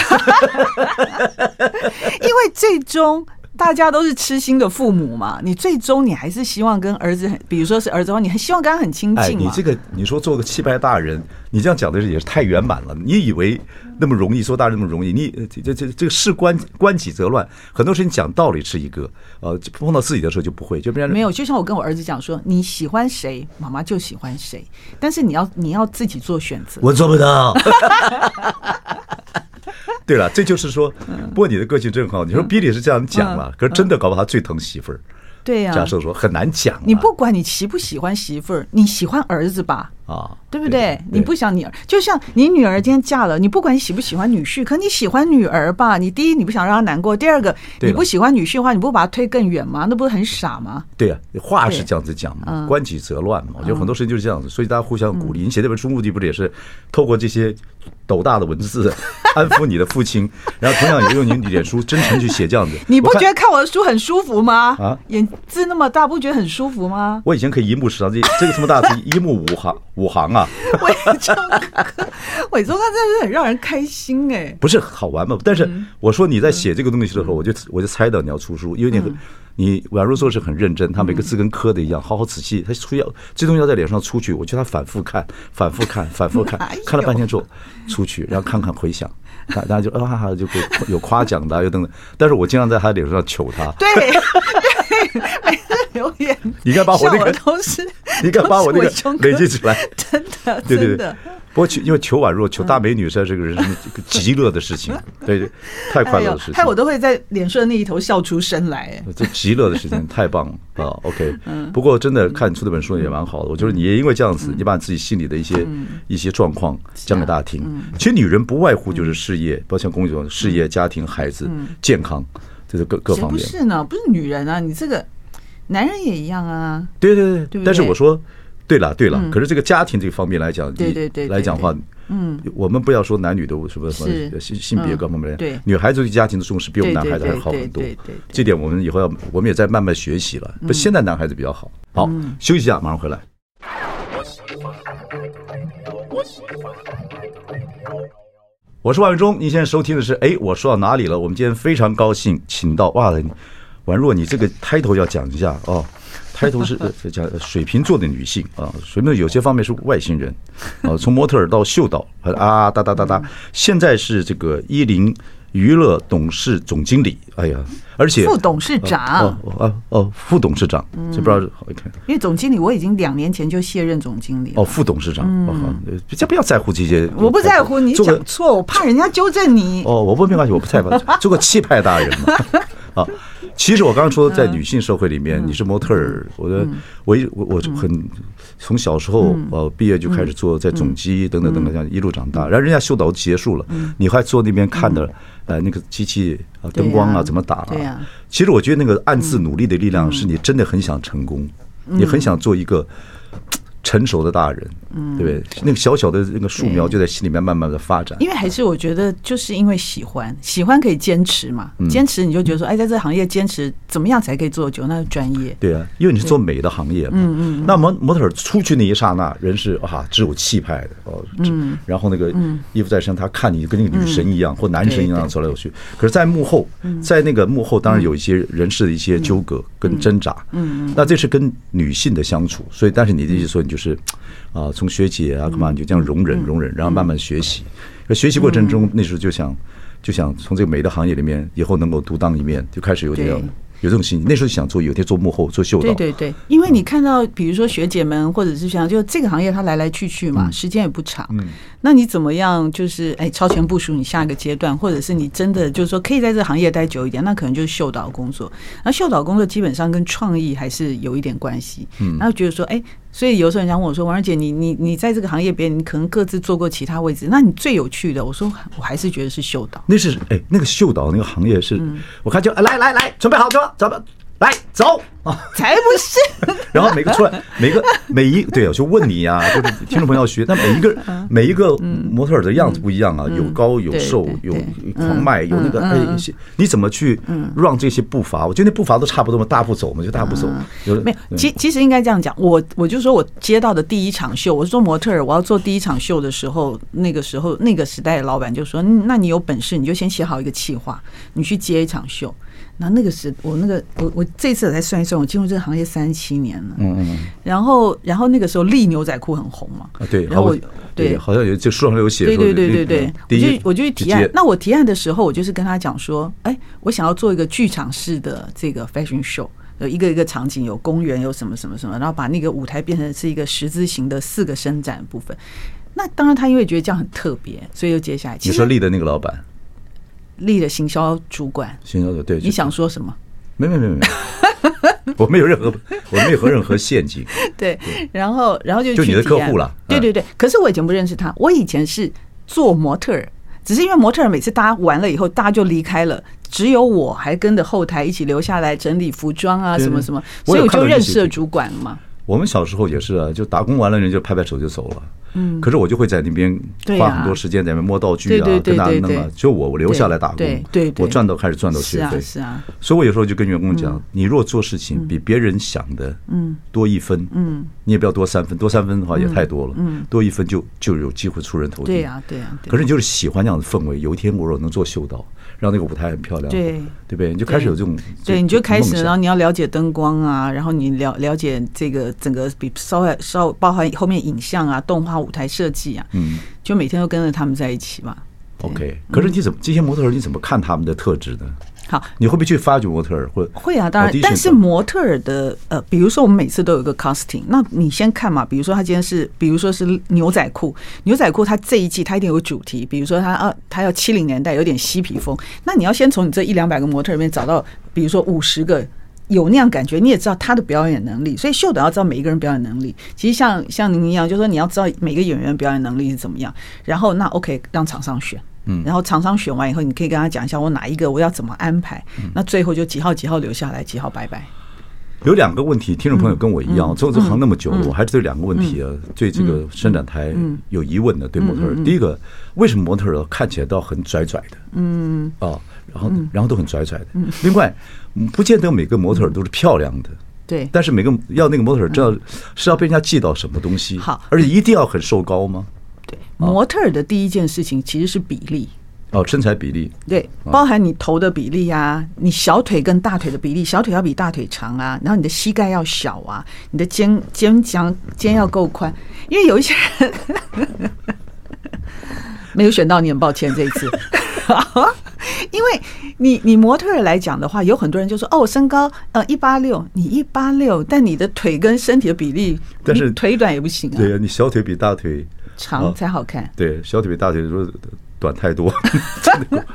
[SPEAKER 3] 因为最终大家都是痴心的父母嘛，你最终你还是希望跟儿子很，比如说是儿子的话，你还希望跟他很亲
[SPEAKER 1] 哎，
[SPEAKER 3] 近
[SPEAKER 1] 你
[SPEAKER 3] 嘛。
[SPEAKER 1] 这个你说做个气派大人，你这样讲的也是太圆满了。你以为那么容易做大人那么容易？你呃这这这这个事关关己则乱，很多事情讲道理是一个，呃，碰到自己的时候就不会，就变成
[SPEAKER 3] 没有，就像我跟我儿子讲说，你喜欢谁，妈妈就喜欢谁，但是你要你要自己做选择。
[SPEAKER 1] 我做不到。 对了，这就是说，
[SPEAKER 3] 嗯
[SPEAKER 1] 不过你的个性真好。你说比利是这样讲了，可是真的搞不好他最疼媳妇儿。
[SPEAKER 3] 对呀、
[SPEAKER 1] 假设说很难讲啊，
[SPEAKER 3] 嗯你不管你喜不喜欢媳妇儿，你喜欢儿子吧，
[SPEAKER 1] 啊，
[SPEAKER 3] 对不对？你不想你儿，就像你女儿今天嫁了，你不管你喜不喜欢女婿，可你喜欢女儿吧？你第一你不想让她难过，第二个
[SPEAKER 1] 对了
[SPEAKER 3] 你不喜欢女婿的话，你不把她推更远吗？那不是很傻吗？
[SPEAKER 1] 对啊，话是这样子讲嘛，
[SPEAKER 3] 嗯
[SPEAKER 1] 关己则乱嘛。我觉得很多事情就是这样子，所以大家互相鼓励。你写那本《中物记》不是也是透过这些斗大的文字 安抚你的父亲，然后同样也用你脸书真诚去写这样子。
[SPEAKER 3] 你不
[SPEAKER 1] 我看
[SPEAKER 3] 觉得看我的书很舒服吗？
[SPEAKER 1] 啊？
[SPEAKER 3] 眼字那么大，不觉得很舒服吗
[SPEAKER 1] 我以前可以一目十行，这这个这么大字一目五行五行啊，
[SPEAKER 3] 伟 忠哥，伟忠哥真的是很让人开心哎、
[SPEAKER 1] 不是好玩嘛？但是
[SPEAKER 3] 嗯
[SPEAKER 1] 我说你在写这个东西的时候，我就我就猜到你要出书，因为你
[SPEAKER 3] 嗯
[SPEAKER 1] 很你宛如说是很认真，他每个字跟磕的一样，好好仔细。他出要这东西要在脸上出去，我觉得他反复看，反复 看，反复看
[SPEAKER 3] 哪有，
[SPEAKER 1] 看了半天之后出去，然后看看回想，大大家就啊哈哈就给有夸奖的，又等等。但是我经常在他脸上求 他，
[SPEAKER 3] 对对，每次留言，
[SPEAKER 1] 你应该把我那个
[SPEAKER 3] 像都是，
[SPEAKER 1] 你应该把我那个
[SPEAKER 3] 都是伟忠哥
[SPEAKER 1] 累积起来。
[SPEAKER 3] 真的
[SPEAKER 1] 对对
[SPEAKER 3] 真
[SPEAKER 1] 对
[SPEAKER 3] 的，嗯
[SPEAKER 1] 不过求因为求宛若求大美女实在是 个人生极乐的事情，对，对太快乐的事情
[SPEAKER 3] 害，哎我都会在脸书的那一头笑出声来。哎
[SPEAKER 1] 呃这极乐的事情太棒了啊！OK，不过真的看出这本书也蛮好的，我觉得你也因为这样子，你把自己心里的一些一些状况讲给大家听。其实女人不外乎就是事业，包括像龚总事业、家庭、孩子、健康，这是各各
[SPEAKER 3] 谁
[SPEAKER 1] 方
[SPEAKER 3] 不
[SPEAKER 1] 面。
[SPEAKER 3] 是呢？不是女人啊，你这个男人也一样啊。
[SPEAKER 1] 对对
[SPEAKER 3] 对
[SPEAKER 1] 对，
[SPEAKER 3] 不
[SPEAKER 1] 但是
[SPEAKER 3] 对嗯
[SPEAKER 1] 我说，对了对了，可是这个家庭这方面来讲，
[SPEAKER 3] 对
[SPEAKER 1] 你
[SPEAKER 3] 对对对
[SPEAKER 1] 来讲话
[SPEAKER 3] 对，嗯，
[SPEAKER 1] 我们不要说男女的什么什
[SPEAKER 3] 是
[SPEAKER 1] 么性性别
[SPEAKER 3] 嗯
[SPEAKER 1] 各方面，
[SPEAKER 3] 对
[SPEAKER 1] 女孩子对家庭的重视比我们
[SPEAKER 3] 对
[SPEAKER 1] 男
[SPEAKER 3] 对
[SPEAKER 1] 孩子
[SPEAKER 3] 对
[SPEAKER 1] 还好
[SPEAKER 3] 对
[SPEAKER 1] 很多
[SPEAKER 3] 对对对。嗯
[SPEAKER 1] 这点我们以后要，我们也在慢慢学习了。不，现在男孩子比较好。好，休息一下，马上回来。我是万永忠，您现在收听的是，哎，我说到哪里了？我们今天非常高兴，请到哇，宛若你这个 title 要讲一下哦，title 是呃讲水瓶座的女性啊，水瓶座有些方面是外星人啊，从模特儿到秀导啊啊哒哒哒哒，现在是这个一零娱乐董事总经理，哎呀，而且
[SPEAKER 3] 副董事
[SPEAKER 1] 哦
[SPEAKER 3] 长，
[SPEAKER 1] 哦哦，副董事长，这不知道好看
[SPEAKER 3] 因为总经理我已经两年前就卸任总经理了
[SPEAKER 1] 哦，。副董事长，哦，好，呃这不要在乎这些，
[SPEAKER 3] 我不在乎你
[SPEAKER 1] 做个
[SPEAKER 3] 讲错，我怕人家纠正你。
[SPEAKER 1] 哦，我不没关系，我不在乎， 做个气派大人嘛。 啊，其实我刚刚说，在女性社会里
[SPEAKER 3] 嗯
[SPEAKER 1] 面，你是模特儿，我的，我一我我很从小时候
[SPEAKER 3] 嗯
[SPEAKER 1] 呃毕业就开始做，在总机等等等等这样一路长
[SPEAKER 3] 嗯
[SPEAKER 1] 大，然后人家秀导结束了，你还坐那边看着呃那个机器啊
[SPEAKER 3] 对
[SPEAKER 1] 灯光
[SPEAKER 3] 呀
[SPEAKER 1] 啊怎么打
[SPEAKER 3] 对呀嗯
[SPEAKER 1] 其实我觉得那个暗自努力的力量，是你真的很想成功，你很想做一个。成熟的大人，对不对？那个小小的那个树苗
[SPEAKER 3] 嗯对
[SPEAKER 1] 就在心里面慢慢的发展。
[SPEAKER 3] 因为还是我觉得，就是因为喜欢，喜欢可以坚持嘛，
[SPEAKER 1] 嗯
[SPEAKER 3] 坚持你就觉得说，哎，在这个行业坚持怎么样才可以做得久？那是专业。
[SPEAKER 1] 对啊，因为你是做美的行业嘛。嗯嗯。那模模特儿出去那一刹那，人是啊，只有气派的哦。嗯。然后那个衣服在身，他看你跟那个女神一样，或男神一
[SPEAKER 3] 对
[SPEAKER 1] 样
[SPEAKER 3] 对
[SPEAKER 1] 走来走去。可是，在幕后，在那个幕后，当然有一些人事的一些纠葛跟挣扎。嗯嗯。那这是跟女性的相处，所以，但是你的意思说，你就是啊，从学姐啊干嘛，你就这样容忍容忍，然后慢慢学习。可学习过程中，那时候就想。就想从这个美的行业里面，以后能够独当一面，就开始有点
[SPEAKER 3] 对
[SPEAKER 1] 有这种心情。那时候想做，有一天做幕后，做秀导，
[SPEAKER 3] 对对对，因为你看到，比如说学姐们，或者是像就这个行业，它来来去去嘛，时间也不长。嗯，那你怎么样？就是哎，超前部署你下一个阶段，或者是你真的就是说可以在这个行业待久一点，那可能就是秀导工作。那秀导工作基本上跟创意还是有一点关系。嗯，然后觉得说，哎，所以有时候人家问我说，王仁姐，你你你在这个行业别，你可能各自做过其他位置，那你最有趣的，我说我还是觉得是秀 导。
[SPEAKER 1] 那是哎，那个秀导那个行业是，
[SPEAKER 3] 嗯
[SPEAKER 1] 我看就啊来来来，准备好，准备好咱们来走 啊！
[SPEAKER 3] 才不是。
[SPEAKER 1] 然后每个出来， 每个每一对，我就问你 呀、就是听众朋友要学，但每一个每一个模特儿的样子不一样啊，有高有
[SPEAKER 3] 嗯对
[SPEAKER 1] 瘦
[SPEAKER 3] 对，
[SPEAKER 1] 有
[SPEAKER 3] 对嗯
[SPEAKER 1] 狂迈，有那个哎，一些你怎么去让这些步伐？我觉得那步伐都差不多嘛，大步走嘛，就大步走。有
[SPEAKER 3] 嗯
[SPEAKER 1] 嗯
[SPEAKER 3] 没有，其其实应该这样讲，我我就说我接到的第一场秀，我是做模特儿，我要做第一场秀的时候，那个时候那个时代的老板就说，嗯那你有本事你就先写好一个企划，你去接一场秀。然后那个时我那个我我这次才算一算，我进入这个行业三十七年了，
[SPEAKER 1] 嗯嗯
[SPEAKER 3] 然后然后那个时候丽牛仔裤很红嘛，
[SPEAKER 1] 啊，对，
[SPEAKER 3] 然
[SPEAKER 1] 好
[SPEAKER 3] 后我对
[SPEAKER 1] 对，好像有这书上有写
[SPEAKER 3] 对
[SPEAKER 1] 说，嗯
[SPEAKER 3] 对对对对，
[SPEAKER 1] 第一
[SPEAKER 3] 我就我就去提
[SPEAKER 1] 直
[SPEAKER 3] 案
[SPEAKER 1] 接。
[SPEAKER 3] 那我提案的时候，我就是跟他讲说，哎，我想要做一个剧场式的这个 fashion show。有一个一个场景，有公园，有什么什么什么，然后把那个舞台变成是一个十字形的四个伸展部分。那当然，他因为觉得这样很特别，所以就接下来。其
[SPEAKER 1] 你说
[SPEAKER 3] 实
[SPEAKER 1] 立的那个老板，
[SPEAKER 3] 立了行销主管，
[SPEAKER 1] 行销的对，
[SPEAKER 3] 你想说什么？
[SPEAKER 1] 没没没 没，我没有任何我没有任何陷阱。
[SPEAKER 3] 对，然后然后就
[SPEAKER 1] 就
[SPEAKER 3] 去
[SPEAKER 1] 你的
[SPEAKER 3] 提
[SPEAKER 1] 客
[SPEAKER 3] 案
[SPEAKER 1] 户啦
[SPEAKER 3] 对
[SPEAKER 1] 嗯
[SPEAKER 3] 对对，可是我以前不认识他，我以前是做模特儿，只是因为模特儿每次大家完了以后，大家就离开了。只有我还跟着后台一起留下来整理服装啊，
[SPEAKER 1] 对
[SPEAKER 3] 什么什么，
[SPEAKER 1] 我
[SPEAKER 3] 所以
[SPEAKER 1] 有
[SPEAKER 3] 我
[SPEAKER 1] 看
[SPEAKER 3] 就
[SPEAKER 1] 到
[SPEAKER 3] 认
[SPEAKER 1] 这
[SPEAKER 3] 识了
[SPEAKER 1] 些
[SPEAKER 3] 主管嘛。
[SPEAKER 1] 我们小时候也是啊，就打工完了人就拍拍手就走了。嗯，可是我就会在那边
[SPEAKER 3] 对
[SPEAKER 1] 花
[SPEAKER 3] 啊
[SPEAKER 1] 很多时间在那边摸道具
[SPEAKER 3] 对
[SPEAKER 1] 啊
[SPEAKER 3] 对，
[SPEAKER 1] 跟
[SPEAKER 3] 对
[SPEAKER 1] 大家
[SPEAKER 3] 对
[SPEAKER 1] 弄啊
[SPEAKER 3] 对。
[SPEAKER 1] 就我我留下来打工，
[SPEAKER 3] 对对对
[SPEAKER 1] 我赚到开始赚到
[SPEAKER 3] 是
[SPEAKER 1] 学
[SPEAKER 3] 啊嗯
[SPEAKER 1] 费，
[SPEAKER 3] 是啊，
[SPEAKER 1] 所以我有时候就跟员工讲，你如果做事情比别人想的，嗯，多一分，嗯，你也不要多三分，多三分的话也太多了，嗯，多一分就就有机会出人头地。
[SPEAKER 3] 对啊呀、对呀、对
[SPEAKER 1] 可是你就是喜欢那样的氛围，有一天我若能做秀道，让那个舞台很漂亮，
[SPEAKER 3] 对
[SPEAKER 1] 对不对？你就开始有这种，
[SPEAKER 3] 对，你就开
[SPEAKER 1] 梦
[SPEAKER 3] 始，
[SPEAKER 1] 想
[SPEAKER 3] 然后你要了解灯光啊，然后你了了解这个整个比稍微稍包含后面影像啊、动画、舞台设计啊，
[SPEAKER 1] 嗯，
[SPEAKER 3] 就每天都跟着他们在一起嘛。嗯
[SPEAKER 1] OK，可是你怎么这些模特儿你怎么看他们的特质呢？
[SPEAKER 3] 好，
[SPEAKER 1] 你会不会去发掘模特儿或
[SPEAKER 3] 会啊，当然
[SPEAKER 1] audition，
[SPEAKER 3] 但是
[SPEAKER 1] 吧
[SPEAKER 3] 模特儿的呃，比如说我们每次都有一个 casting，那你先看嘛，比如说他今天是，比如说是牛仔裤，牛仔裤它这一季它一定有主题，比如说它呃，它要七零年代有点嬉皮风，那你要先从你这一两百个模特儿里面找到，比如说五十个。有那样感觉，你也知道他的表演能力，所以秀导要知道每一个人表演能力。其实像像您一样，就说你要知道每个演员表演能力是怎么样，然后那 OK 让厂商选，嗯，然后厂商选完以后，你可以跟他讲一下我哪一个我要怎么安排，那最后就几号几号留下来，几号拜拜。
[SPEAKER 1] 有两个问题，听众
[SPEAKER 3] 嗯
[SPEAKER 1] 朋友跟我一样，做这行那么久了，我还是对两个问题啊，对这
[SPEAKER 3] 嗯
[SPEAKER 1] 个伸展台有疑问的。对模特儿，第一个，为什么模特儿看起来都很拽拽的？嗯，啊，然后然后都很拽拽的。另外，嗯不见得每个模特儿都是漂亮的，
[SPEAKER 3] 对，
[SPEAKER 1] 但是每个要那个模特儿知道是要被人家记到什么东西，
[SPEAKER 3] 嗯好
[SPEAKER 1] 而且一定要很瘦高吗？
[SPEAKER 3] 对，
[SPEAKER 1] 啊
[SPEAKER 3] 模特儿的第一件事情其实是比例。
[SPEAKER 1] 哦，身材比例，
[SPEAKER 3] 对，
[SPEAKER 1] 啊
[SPEAKER 3] 包含你头的比例啊，你小腿跟大腿的比例，小腿要比大腿长啊，然后你的膝盖要小啊，你的肩肩颈肩要够宽，因为有一些人 没有选到你，很抱歉这一次。 因为你你模特儿来讲的话，有很多人就说哦，我身高呃一八六，你一八六，但你的腿跟身体的比例，
[SPEAKER 1] 但是
[SPEAKER 3] 你腿短也不行啊，
[SPEAKER 1] 对呀，哦你小腿比大腿
[SPEAKER 3] 长才好看。
[SPEAKER 1] 对，小腿比大腿说短太 多，真的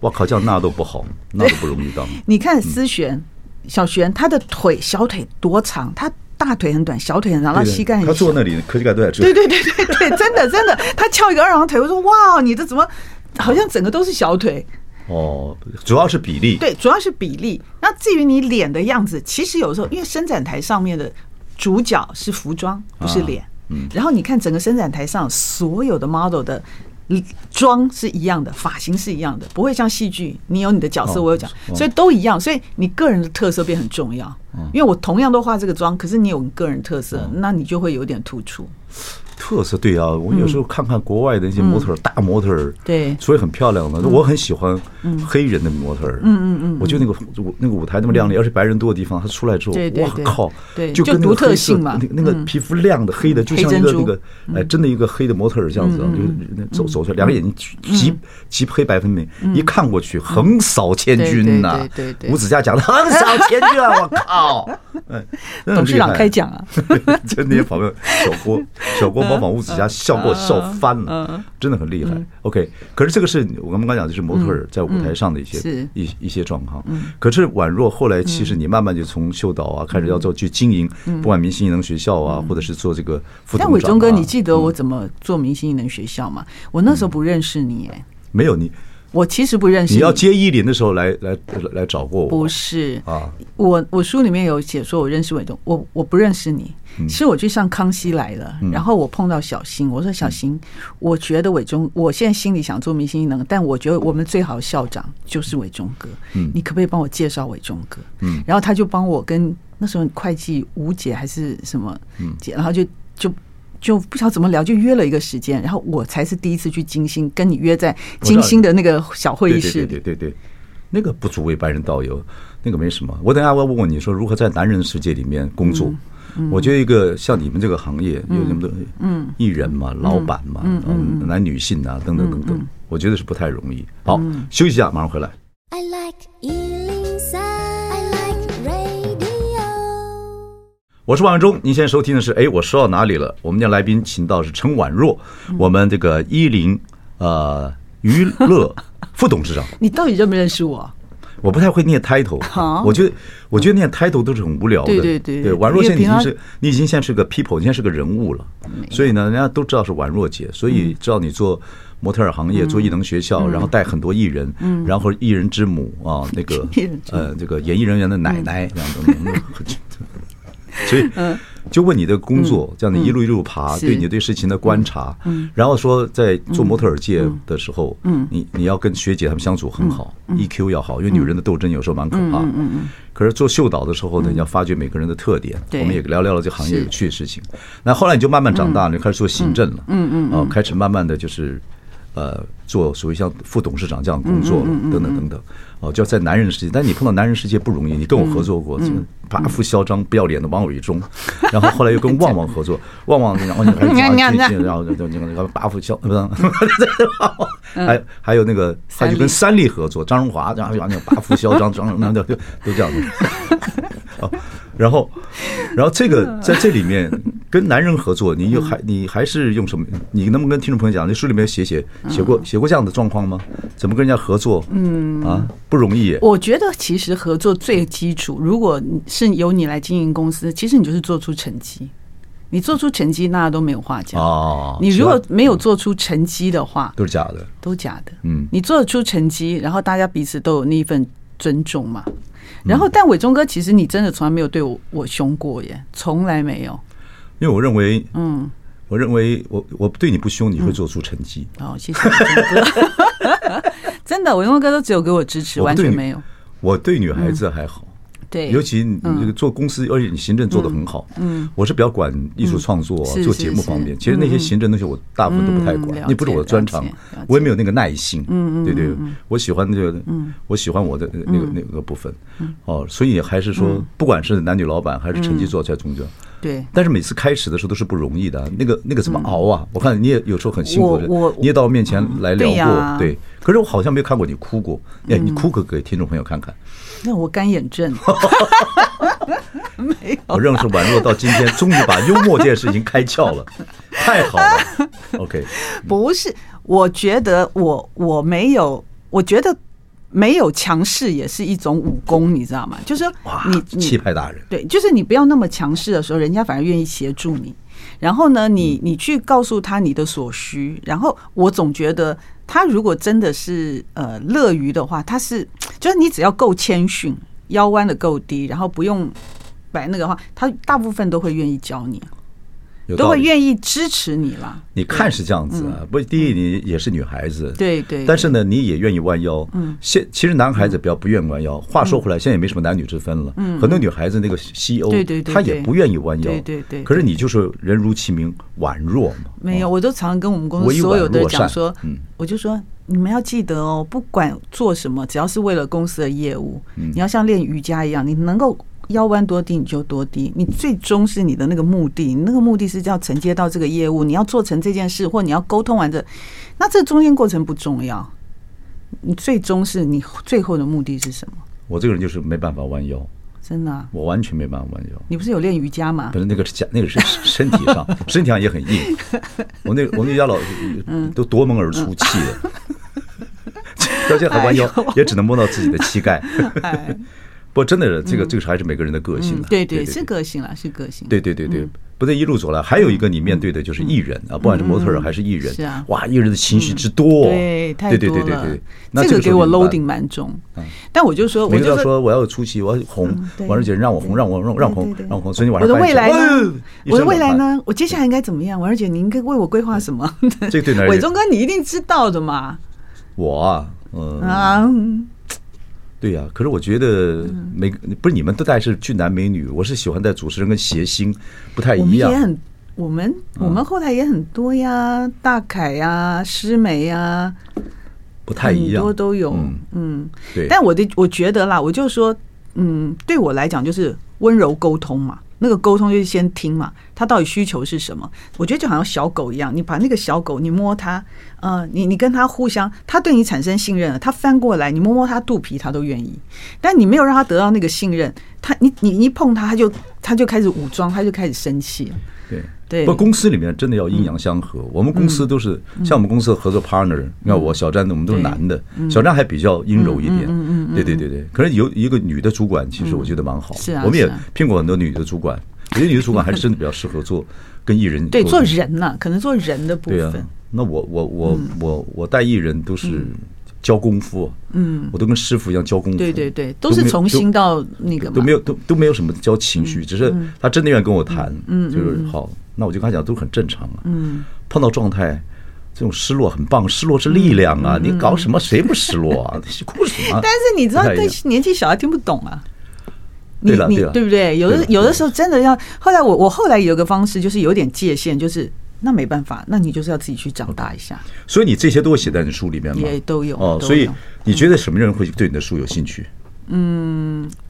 [SPEAKER 1] 我靠，这样那都不好，那都不容易当。
[SPEAKER 3] 你看思璇、小璇，她的腿小腿多长？她大腿很短，小腿很长，然后
[SPEAKER 1] 对
[SPEAKER 3] 膝盖很
[SPEAKER 1] 他坐
[SPEAKER 3] 小。
[SPEAKER 1] 那里，科技感都在这。
[SPEAKER 3] 对对对对对，真的真的，她翘一个二郎腿，我说哇，你这怎么好像整个都是小腿？
[SPEAKER 1] 哦，主要是比例。
[SPEAKER 3] 对，主要是比例。那至于你脸的样子，其实有时候因为伸展台上面的主角是服装，不
[SPEAKER 1] 啊
[SPEAKER 3] 是脸。嗯。然后你看整个伸展台上所有的 model 的。妆是一样的，发型是一样的，不会像戏剧，你有你的角色，
[SPEAKER 1] 哦
[SPEAKER 3] 我有角，
[SPEAKER 1] 哦
[SPEAKER 3] 所以都一样。所以你个人的特色变很重要，因为我同样都化这个妆，可是你有你个人特
[SPEAKER 1] 哦
[SPEAKER 3] 色，那你就会有点突出。
[SPEAKER 1] 特色对啊，我有时候看看国外的那些模特儿，大模特儿，
[SPEAKER 3] 嗯对嗯
[SPEAKER 1] 所以很漂亮的。我很喜欢黑人的模特儿，嗯嗯嗯，我觉得那个舞那个舞台那么亮丽，而且白人多的地方，他出来之后，
[SPEAKER 3] 嗯对对
[SPEAKER 1] 哇
[SPEAKER 3] 对
[SPEAKER 1] 靠，
[SPEAKER 3] 对
[SPEAKER 1] 就
[SPEAKER 3] 就
[SPEAKER 1] 跟那
[SPEAKER 3] 独
[SPEAKER 1] 个
[SPEAKER 3] 特
[SPEAKER 1] 黑色
[SPEAKER 3] 性嘛嗯
[SPEAKER 1] 那个那个皮肤亮的黑的，就像
[SPEAKER 3] 黑
[SPEAKER 1] 一
[SPEAKER 3] 珍
[SPEAKER 1] 个
[SPEAKER 3] 珠嗯
[SPEAKER 1] 那个哎，真的一个黑的模特儿这样子啊，就是走走出来，两个眼睛极极黑白分明，一看过去横扫千军呐
[SPEAKER 3] 对嗯对对对，对
[SPEAKER 1] 吴子嘉讲的横扫千军啊，我靠，哎真的很
[SPEAKER 3] 董事长
[SPEAKER 1] 厉害
[SPEAKER 3] 开讲啊，
[SPEAKER 1] 就那些访问小郭，
[SPEAKER 3] 嗯
[SPEAKER 1] 小郭模仿吴子嘉笑给我笑翻了，真的很厉害。OK，可是这个是我刚刚讲的是模特儿在舞台上的一些、
[SPEAKER 3] 嗯嗯
[SPEAKER 1] 一一些状况。可是宛若后来，其实你慢慢就从秀导啊、开
[SPEAKER 3] 嗯
[SPEAKER 1] 始要做去经营，不管明星艺能学校啊，或者是做这个副
[SPEAKER 3] 但
[SPEAKER 1] 董
[SPEAKER 3] 伟
[SPEAKER 1] 事长、啊。
[SPEAKER 3] 忠哥，你记得我怎么做明星艺能学校吗？我那时候不认识你、哎，
[SPEAKER 1] 没有你？
[SPEAKER 3] 我其实不认识
[SPEAKER 1] 你要接依林的时候来来来来找过
[SPEAKER 3] 不
[SPEAKER 1] 我
[SPEAKER 3] 是
[SPEAKER 1] 啊？
[SPEAKER 3] 我我书里面有写说，我认识伟东，我我不认识你，
[SPEAKER 1] 嗯
[SPEAKER 3] 是我去上《康熙来了》，然后我碰到小新，我
[SPEAKER 1] 嗯
[SPEAKER 3] 说小新，我觉得伟忠，我现在心里想做明星艺能，但我觉得我们最好的校长就是伟忠哥，
[SPEAKER 1] 嗯
[SPEAKER 3] 你可不可以帮我介绍伟忠哥？嗯，然后他就帮我跟那时候会计吴姐还是什么
[SPEAKER 1] 嗯
[SPEAKER 3] 姐，然后就就。就不晓得怎么聊，就约了一个时间，然后我才是第一次去金星，跟你约在金星的那个小会
[SPEAKER 1] 对
[SPEAKER 3] 议
[SPEAKER 1] 对
[SPEAKER 3] 室
[SPEAKER 1] 对
[SPEAKER 3] 里。
[SPEAKER 1] 对对对，那个不足为白人道友，那个没什么。我等一下我要问问你说如何在男人的世界里面工作。我觉得一个像你们这个行业，有那么多艺人嘛、老板嘛、嗯男女性啊等等等等，我觉得是不太容易。好，休息一下，马上回来。
[SPEAKER 2] I like Ealing Sound. I like radio.
[SPEAKER 1] 我是万文忠，您现在收听的是，哎，我说到哪里了？我们的来宾请到是陈婉若，我们这个一零呃娱乐副董事长。
[SPEAKER 3] 你到底认不认识我？
[SPEAKER 1] 我不太会念 title，
[SPEAKER 3] 好
[SPEAKER 1] 我觉得我觉得念 title 都是很无聊的。
[SPEAKER 3] 对对对
[SPEAKER 1] 婉若
[SPEAKER 3] 因
[SPEAKER 1] 现在已
[SPEAKER 3] 为
[SPEAKER 1] 经
[SPEAKER 3] 平常
[SPEAKER 1] 是你已经现在是个 people，你现在是个人物了，所以呢，人家都知道是婉若姐，所以知道你做模特儿行
[SPEAKER 3] 嗯
[SPEAKER 1] 业，做艺能学校，然后带很多艺人，然后艺人之母 啊，那个
[SPEAKER 3] 艺人之母嗯
[SPEAKER 1] 呃，这个演艺人员的奶奶，这样等等， 所以。就问你的工作，这样你一路一路爬，
[SPEAKER 3] 嗯是
[SPEAKER 1] 对你对事情的观察，然后说在做模特儿界的时候，你你要跟学姐她们相处很好，EQ 要好，因为女人的斗争有时候蛮可怕的。可是做秀导的时候呢，你要发掘每个人的特点。
[SPEAKER 3] 对
[SPEAKER 1] 我们也聊聊了这行业
[SPEAKER 3] 是
[SPEAKER 1] 有趣的事情。那后来你就慢慢长大了，你开始做行政了，嗯嗯，哦，开始慢慢的就是呃做所谓像副董事长这样的工作了，等等等等，哦，就要在男人的世界。但你碰到男人世界不容易，你跟我合作过，这个跋扈嚣张不要脸的王伟忠，然后后来又跟旺旺合作，旺旺然 后你还
[SPEAKER 3] 你看你看
[SPEAKER 1] 然后然后就那个跋扈嚣不是，
[SPEAKER 3] 嗯
[SPEAKER 1] 还还有那个他就跟三立合作，张荣华，然后然后那个跋扈嚣张，张荣那就就都 这样子。哦然后，然后这个在这里面跟男人合作，你又
[SPEAKER 3] 嗯
[SPEAKER 1] 还你还是用什么？你能不能跟听众朋友讲，你书里面写写
[SPEAKER 3] 嗯
[SPEAKER 1] 写过写过这样的状况吗？怎么跟人家合作？嗯啊，不容易耶。
[SPEAKER 3] 我觉得其实合作最基础，如果是由你来经营公司，其实你就是做出成绩。你做出成绩，大家都没有话讲。
[SPEAKER 1] 哦
[SPEAKER 3] 你如
[SPEAKER 1] 是
[SPEAKER 3] 果
[SPEAKER 1] 吧
[SPEAKER 3] 没有做出成绩的话，
[SPEAKER 1] 都是假的，
[SPEAKER 3] 都假的。
[SPEAKER 1] 嗯
[SPEAKER 3] 你做得出成绩，然后大家彼此都有那一份尊重嘛。
[SPEAKER 1] 嗯
[SPEAKER 3] 然后，但伟忠哥，其实你真的从来没有对我我凶过耶，从来没有。
[SPEAKER 1] 因为我认为，
[SPEAKER 3] 嗯，
[SPEAKER 1] 我认为我我对你不凶，你会做出成绩。
[SPEAKER 3] 哦，谢谢伟忠哥， 真的，伟忠哥都只有给我支持，
[SPEAKER 1] 我
[SPEAKER 3] 完
[SPEAKER 1] 对
[SPEAKER 3] 全
[SPEAKER 1] 你
[SPEAKER 3] 没有。嗯
[SPEAKER 1] 我对女孩子还好，
[SPEAKER 3] 对，嗯
[SPEAKER 1] 尤其你这个做公司，而且你行政做得很好。嗯，我是比较管艺术创作、啊
[SPEAKER 3] 嗯是
[SPEAKER 1] 做
[SPEAKER 3] 是
[SPEAKER 1] 节目
[SPEAKER 3] 是
[SPEAKER 1] 方面，其实那些行政东西我大部分都不太管
[SPEAKER 3] 嗯，
[SPEAKER 1] 那不是我
[SPEAKER 3] 了
[SPEAKER 1] 的
[SPEAKER 3] 解
[SPEAKER 1] 专长
[SPEAKER 3] 了解了解，
[SPEAKER 1] 我也没有那个耐心。嗯嗯，对对，我喜欢这个，
[SPEAKER 3] 嗯
[SPEAKER 1] 我喜欢我的那个那个部分。哦，所以还是
[SPEAKER 3] 嗯
[SPEAKER 1] 说，不管是男女老板还是成绩做在中间。
[SPEAKER 3] 对，
[SPEAKER 1] 但是每次开始的时候都是不容易的啊，那个那个怎么熬啊？我看你也有时候很辛苦
[SPEAKER 3] 嗯我
[SPEAKER 1] 的
[SPEAKER 3] 我，
[SPEAKER 1] 你也到我面前来聊
[SPEAKER 3] 对呀嗯
[SPEAKER 1] 过，对。可是我好像没有看过你哭过，哎，你哭个给听众朋友看看。
[SPEAKER 3] 那我干眼症。没有
[SPEAKER 1] 我认识宛若到今天，终于把幽默这件事情开窍了，太好 了。OK，
[SPEAKER 3] 不是，我觉得我我没有，我觉得没有强势也是一种武功，你知道吗？就是说
[SPEAKER 1] 哇
[SPEAKER 3] 你，
[SPEAKER 1] 气
[SPEAKER 3] 你
[SPEAKER 1] 派大人，
[SPEAKER 3] 对，就是你不要那么强势的时候，人家反而愿意协助你。然后呢，你
[SPEAKER 1] 嗯
[SPEAKER 3] 你去告诉他你的所需，然后我总觉得他如果真的是呃乐于的话，他是就是你只要够谦逊，腰弯的够低，然后不用摆那个话，他大部分都会愿意教你，
[SPEAKER 1] 有
[SPEAKER 3] 都
[SPEAKER 1] 道
[SPEAKER 3] 会
[SPEAKER 1] 理。
[SPEAKER 3] 愿意支持你啦。
[SPEAKER 1] 你看是这样子啊，不，第一你也是女孩子，。
[SPEAKER 3] 嗯对对，嗯
[SPEAKER 1] 但是呢，你也愿意弯腰。嗯，现其实男孩子比较不愿意弯腰。话说回来，现在也没什么男女之分了。嗯，很多女孩子那个西欧，
[SPEAKER 3] 对对对
[SPEAKER 1] 她也不愿意弯腰。
[SPEAKER 3] 对对对
[SPEAKER 1] 可是你就是人如其名，宛若嘛。
[SPEAKER 3] 没有，我都常常跟我们公
[SPEAKER 1] 我以
[SPEAKER 3] 司所
[SPEAKER 1] 哦
[SPEAKER 3] 有
[SPEAKER 1] 婉
[SPEAKER 3] 的人
[SPEAKER 1] 若善嗯
[SPEAKER 3] 讲说，我就说你们要记得哦，不管做什么，只要是为了公司的业务，
[SPEAKER 1] 嗯
[SPEAKER 3] 你要像练瑜伽一样，你能够腰弯多低你就多低，你最终是你的那个目的，你那个目的是要承接到这个业务，你要做成这件事，或你要沟通完这，那这中间过程不重要，你最终是你最后的目的是什么？
[SPEAKER 1] 我这个人就是没办法弯腰，
[SPEAKER 3] 真的啊、
[SPEAKER 1] 我完全没办法弯腰。
[SPEAKER 3] 你不是有练瑜伽吗
[SPEAKER 1] 不？是那个是假，那个是身体上， 身体上也很硬。我那我那家老
[SPEAKER 3] 嗯
[SPEAKER 1] 都夺门而出气的， 到现在还弯腰，也只能摸到自己的膝盖。
[SPEAKER 3] 哎，
[SPEAKER 1] 不，真的是这个这个是还是每个人的个性
[SPEAKER 3] 嗯
[SPEAKER 1] 了。
[SPEAKER 3] 对
[SPEAKER 1] 对
[SPEAKER 3] 对，是个嗯性啦，是个性。
[SPEAKER 1] 对对对对，不对，一路走来，还有一个你面对的就是艺人啊，不管是模特儿还是艺人，
[SPEAKER 3] 嗯是啊嗯
[SPEAKER 1] 哇，艺人的情绪之多，
[SPEAKER 3] 对，太
[SPEAKER 1] 对对
[SPEAKER 3] 多
[SPEAKER 1] 对
[SPEAKER 3] 了。
[SPEAKER 1] 对对。那
[SPEAKER 3] 这个
[SPEAKER 1] 时
[SPEAKER 3] 给
[SPEAKER 1] 候嗯
[SPEAKER 3] 我
[SPEAKER 1] 怎么办
[SPEAKER 3] loading 蛮重，但我就说，我
[SPEAKER 1] 每个
[SPEAKER 3] 就嗯
[SPEAKER 1] 都要说我要有出息，我要红，
[SPEAKER 3] 对
[SPEAKER 1] 王志杰让我红，让我让让我红
[SPEAKER 3] 对对，对
[SPEAKER 1] 让我红。所以你晚
[SPEAKER 3] 我
[SPEAKER 1] 上
[SPEAKER 3] 的
[SPEAKER 1] 半夜
[SPEAKER 3] 未来
[SPEAKER 1] 说
[SPEAKER 3] 呢
[SPEAKER 1] 哇？一
[SPEAKER 3] 我的
[SPEAKER 1] 身
[SPEAKER 3] 未来
[SPEAKER 1] 冷汗
[SPEAKER 3] 呢？我接下来应该怎么样？婉儿姐，你应该为我规划什么？
[SPEAKER 1] 嗯这 个对男人
[SPEAKER 3] 伟忠哥，你一定知道的嘛。
[SPEAKER 1] 我啊，嗯。
[SPEAKER 3] 啊，
[SPEAKER 1] 对呀、可是我觉得
[SPEAKER 3] 嗯
[SPEAKER 1] 每个不是你们都带是俊男美女，我是喜欢带主持人跟谐星不太
[SPEAKER 3] 我
[SPEAKER 1] 一
[SPEAKER 3] 们也
[SPEAKER 1] 样。
[SPEAKER 3] 很，我们
[SPEAKER 1] 嗯
[SPEAKER 3] 我们后台也很多呀，大凯呀，师梅呀，
[SPEAKER 1] 不太
[SPEAKER 3] 很
[SPEAKER 1] 一样，
[SPEAKER 3] 多都有
[SPEAKER 1] 嗯，。
[SPEAKER 3] 嗯，
[SPEAKER 1] 对，
[SPEAKER 3] 但我的我觉得啦，我就说，嗯，对我来讲就是温柔沟通嘛。那个沟通就是先听嘛，他到底需求是什么？我觉得就好像小狗一样，你把那个小狗，你摸它，呃，你你跟它互相，它对你产生信任了，它翻过来，你摸摸它肚皮，它都愿意。但你没有让它得到那个信任，它你你你一碰它，它就它就开始武装，它就开始生气了。
[SPEAKER 1] 对
[SPEAKER 3] 对嗯
[SPEAKER 1] 不，公司里面真的要阴阳相合。我们公司都是像我们公司的合作 partner，你看我小詹，我们都是男的，
[SPEAKER 3] 嗯
[SPEAKER 1] 小詹还比较阴柔一点。对对对对，可是有一个女的主管，其实我觉得蛮好。
[SPEAKER 3] 是啊
[SPEAKER 1] 我们也
[SPEAKER 3] 是啊
[SPEAKER 1] 聘过很多女的主管，我觉得女的主管还是真的比较适合做跟艺人
[SPEAKER 3] 对，
[SPEAKER 1] 沟
[SPEAKER 3] 做
[SPEAKER 1] 通
[SPEAKER 3] 人呐、可能做人的部
[SPEAKER 1] 对啊
[SPEAKER 3] 分。，嗯
[SPEAKER 1] 那我我我我我带艺人都是教功夫，嗯，我都跟师傅一样教功夫，
[SPEAKER 3] 对对对，都
[SPEAKER 1] 没
[SPEAKER 3] 是
[SPEAKER 1] 有
[SPEAKER 3] 从心到那个
[SPEAKER 1] 都
[SPEAKER 3] 嘛，
[SPEAKER 1] 都没有都都没有什么教情
[SPEAKER 3] 嗯
[SPEAKER 1] 绪，只是他真的愿意跟我谈，嗯，就是好，那我就跟他讲都很正常啊，嗯，碰到状态。这种失落很棒，失落是力量啊！你搞什么？谁不失落 啊？你哭什么？
[SPEAKER 3] 嗯但是你知道，
[SPEAKER 1] 不太一
[SPEAKER 3] 对
[SPEAKER 1] 样
[SPEAKER 3] 年纪小他听不懂啊。你
[SPEAKER 1] 对了
[SPEAKER 3] 你
[SPEAKER 1] 对了
[SPEAKER 3] 对不对？有
[SPEAKER 1] 对
[SPEAKER 3] 的
[SPEAKER 1] 了
[SPEAKER 3] 有
[SPEAKER 1] 对
[SPEAKER 3] 的
[SPEAKER 1] 了
[SPEAKER 3] 时候真的要。后来我我后来有个方式，就是有点界限，就是那没办法，那你就是要自己去长大一下，
[SPEAKER 1] 所以你这些都写在你书里面吗？
[SPEAKER 3] 也都有
[SPEAKER 1] 哦，
[SPEAKER 3] 都
[SPEAKER 1] 所以
[SPEAKER 3] 有
[SPEAKER 1] 你觉得什么人会对你的书有兴趣？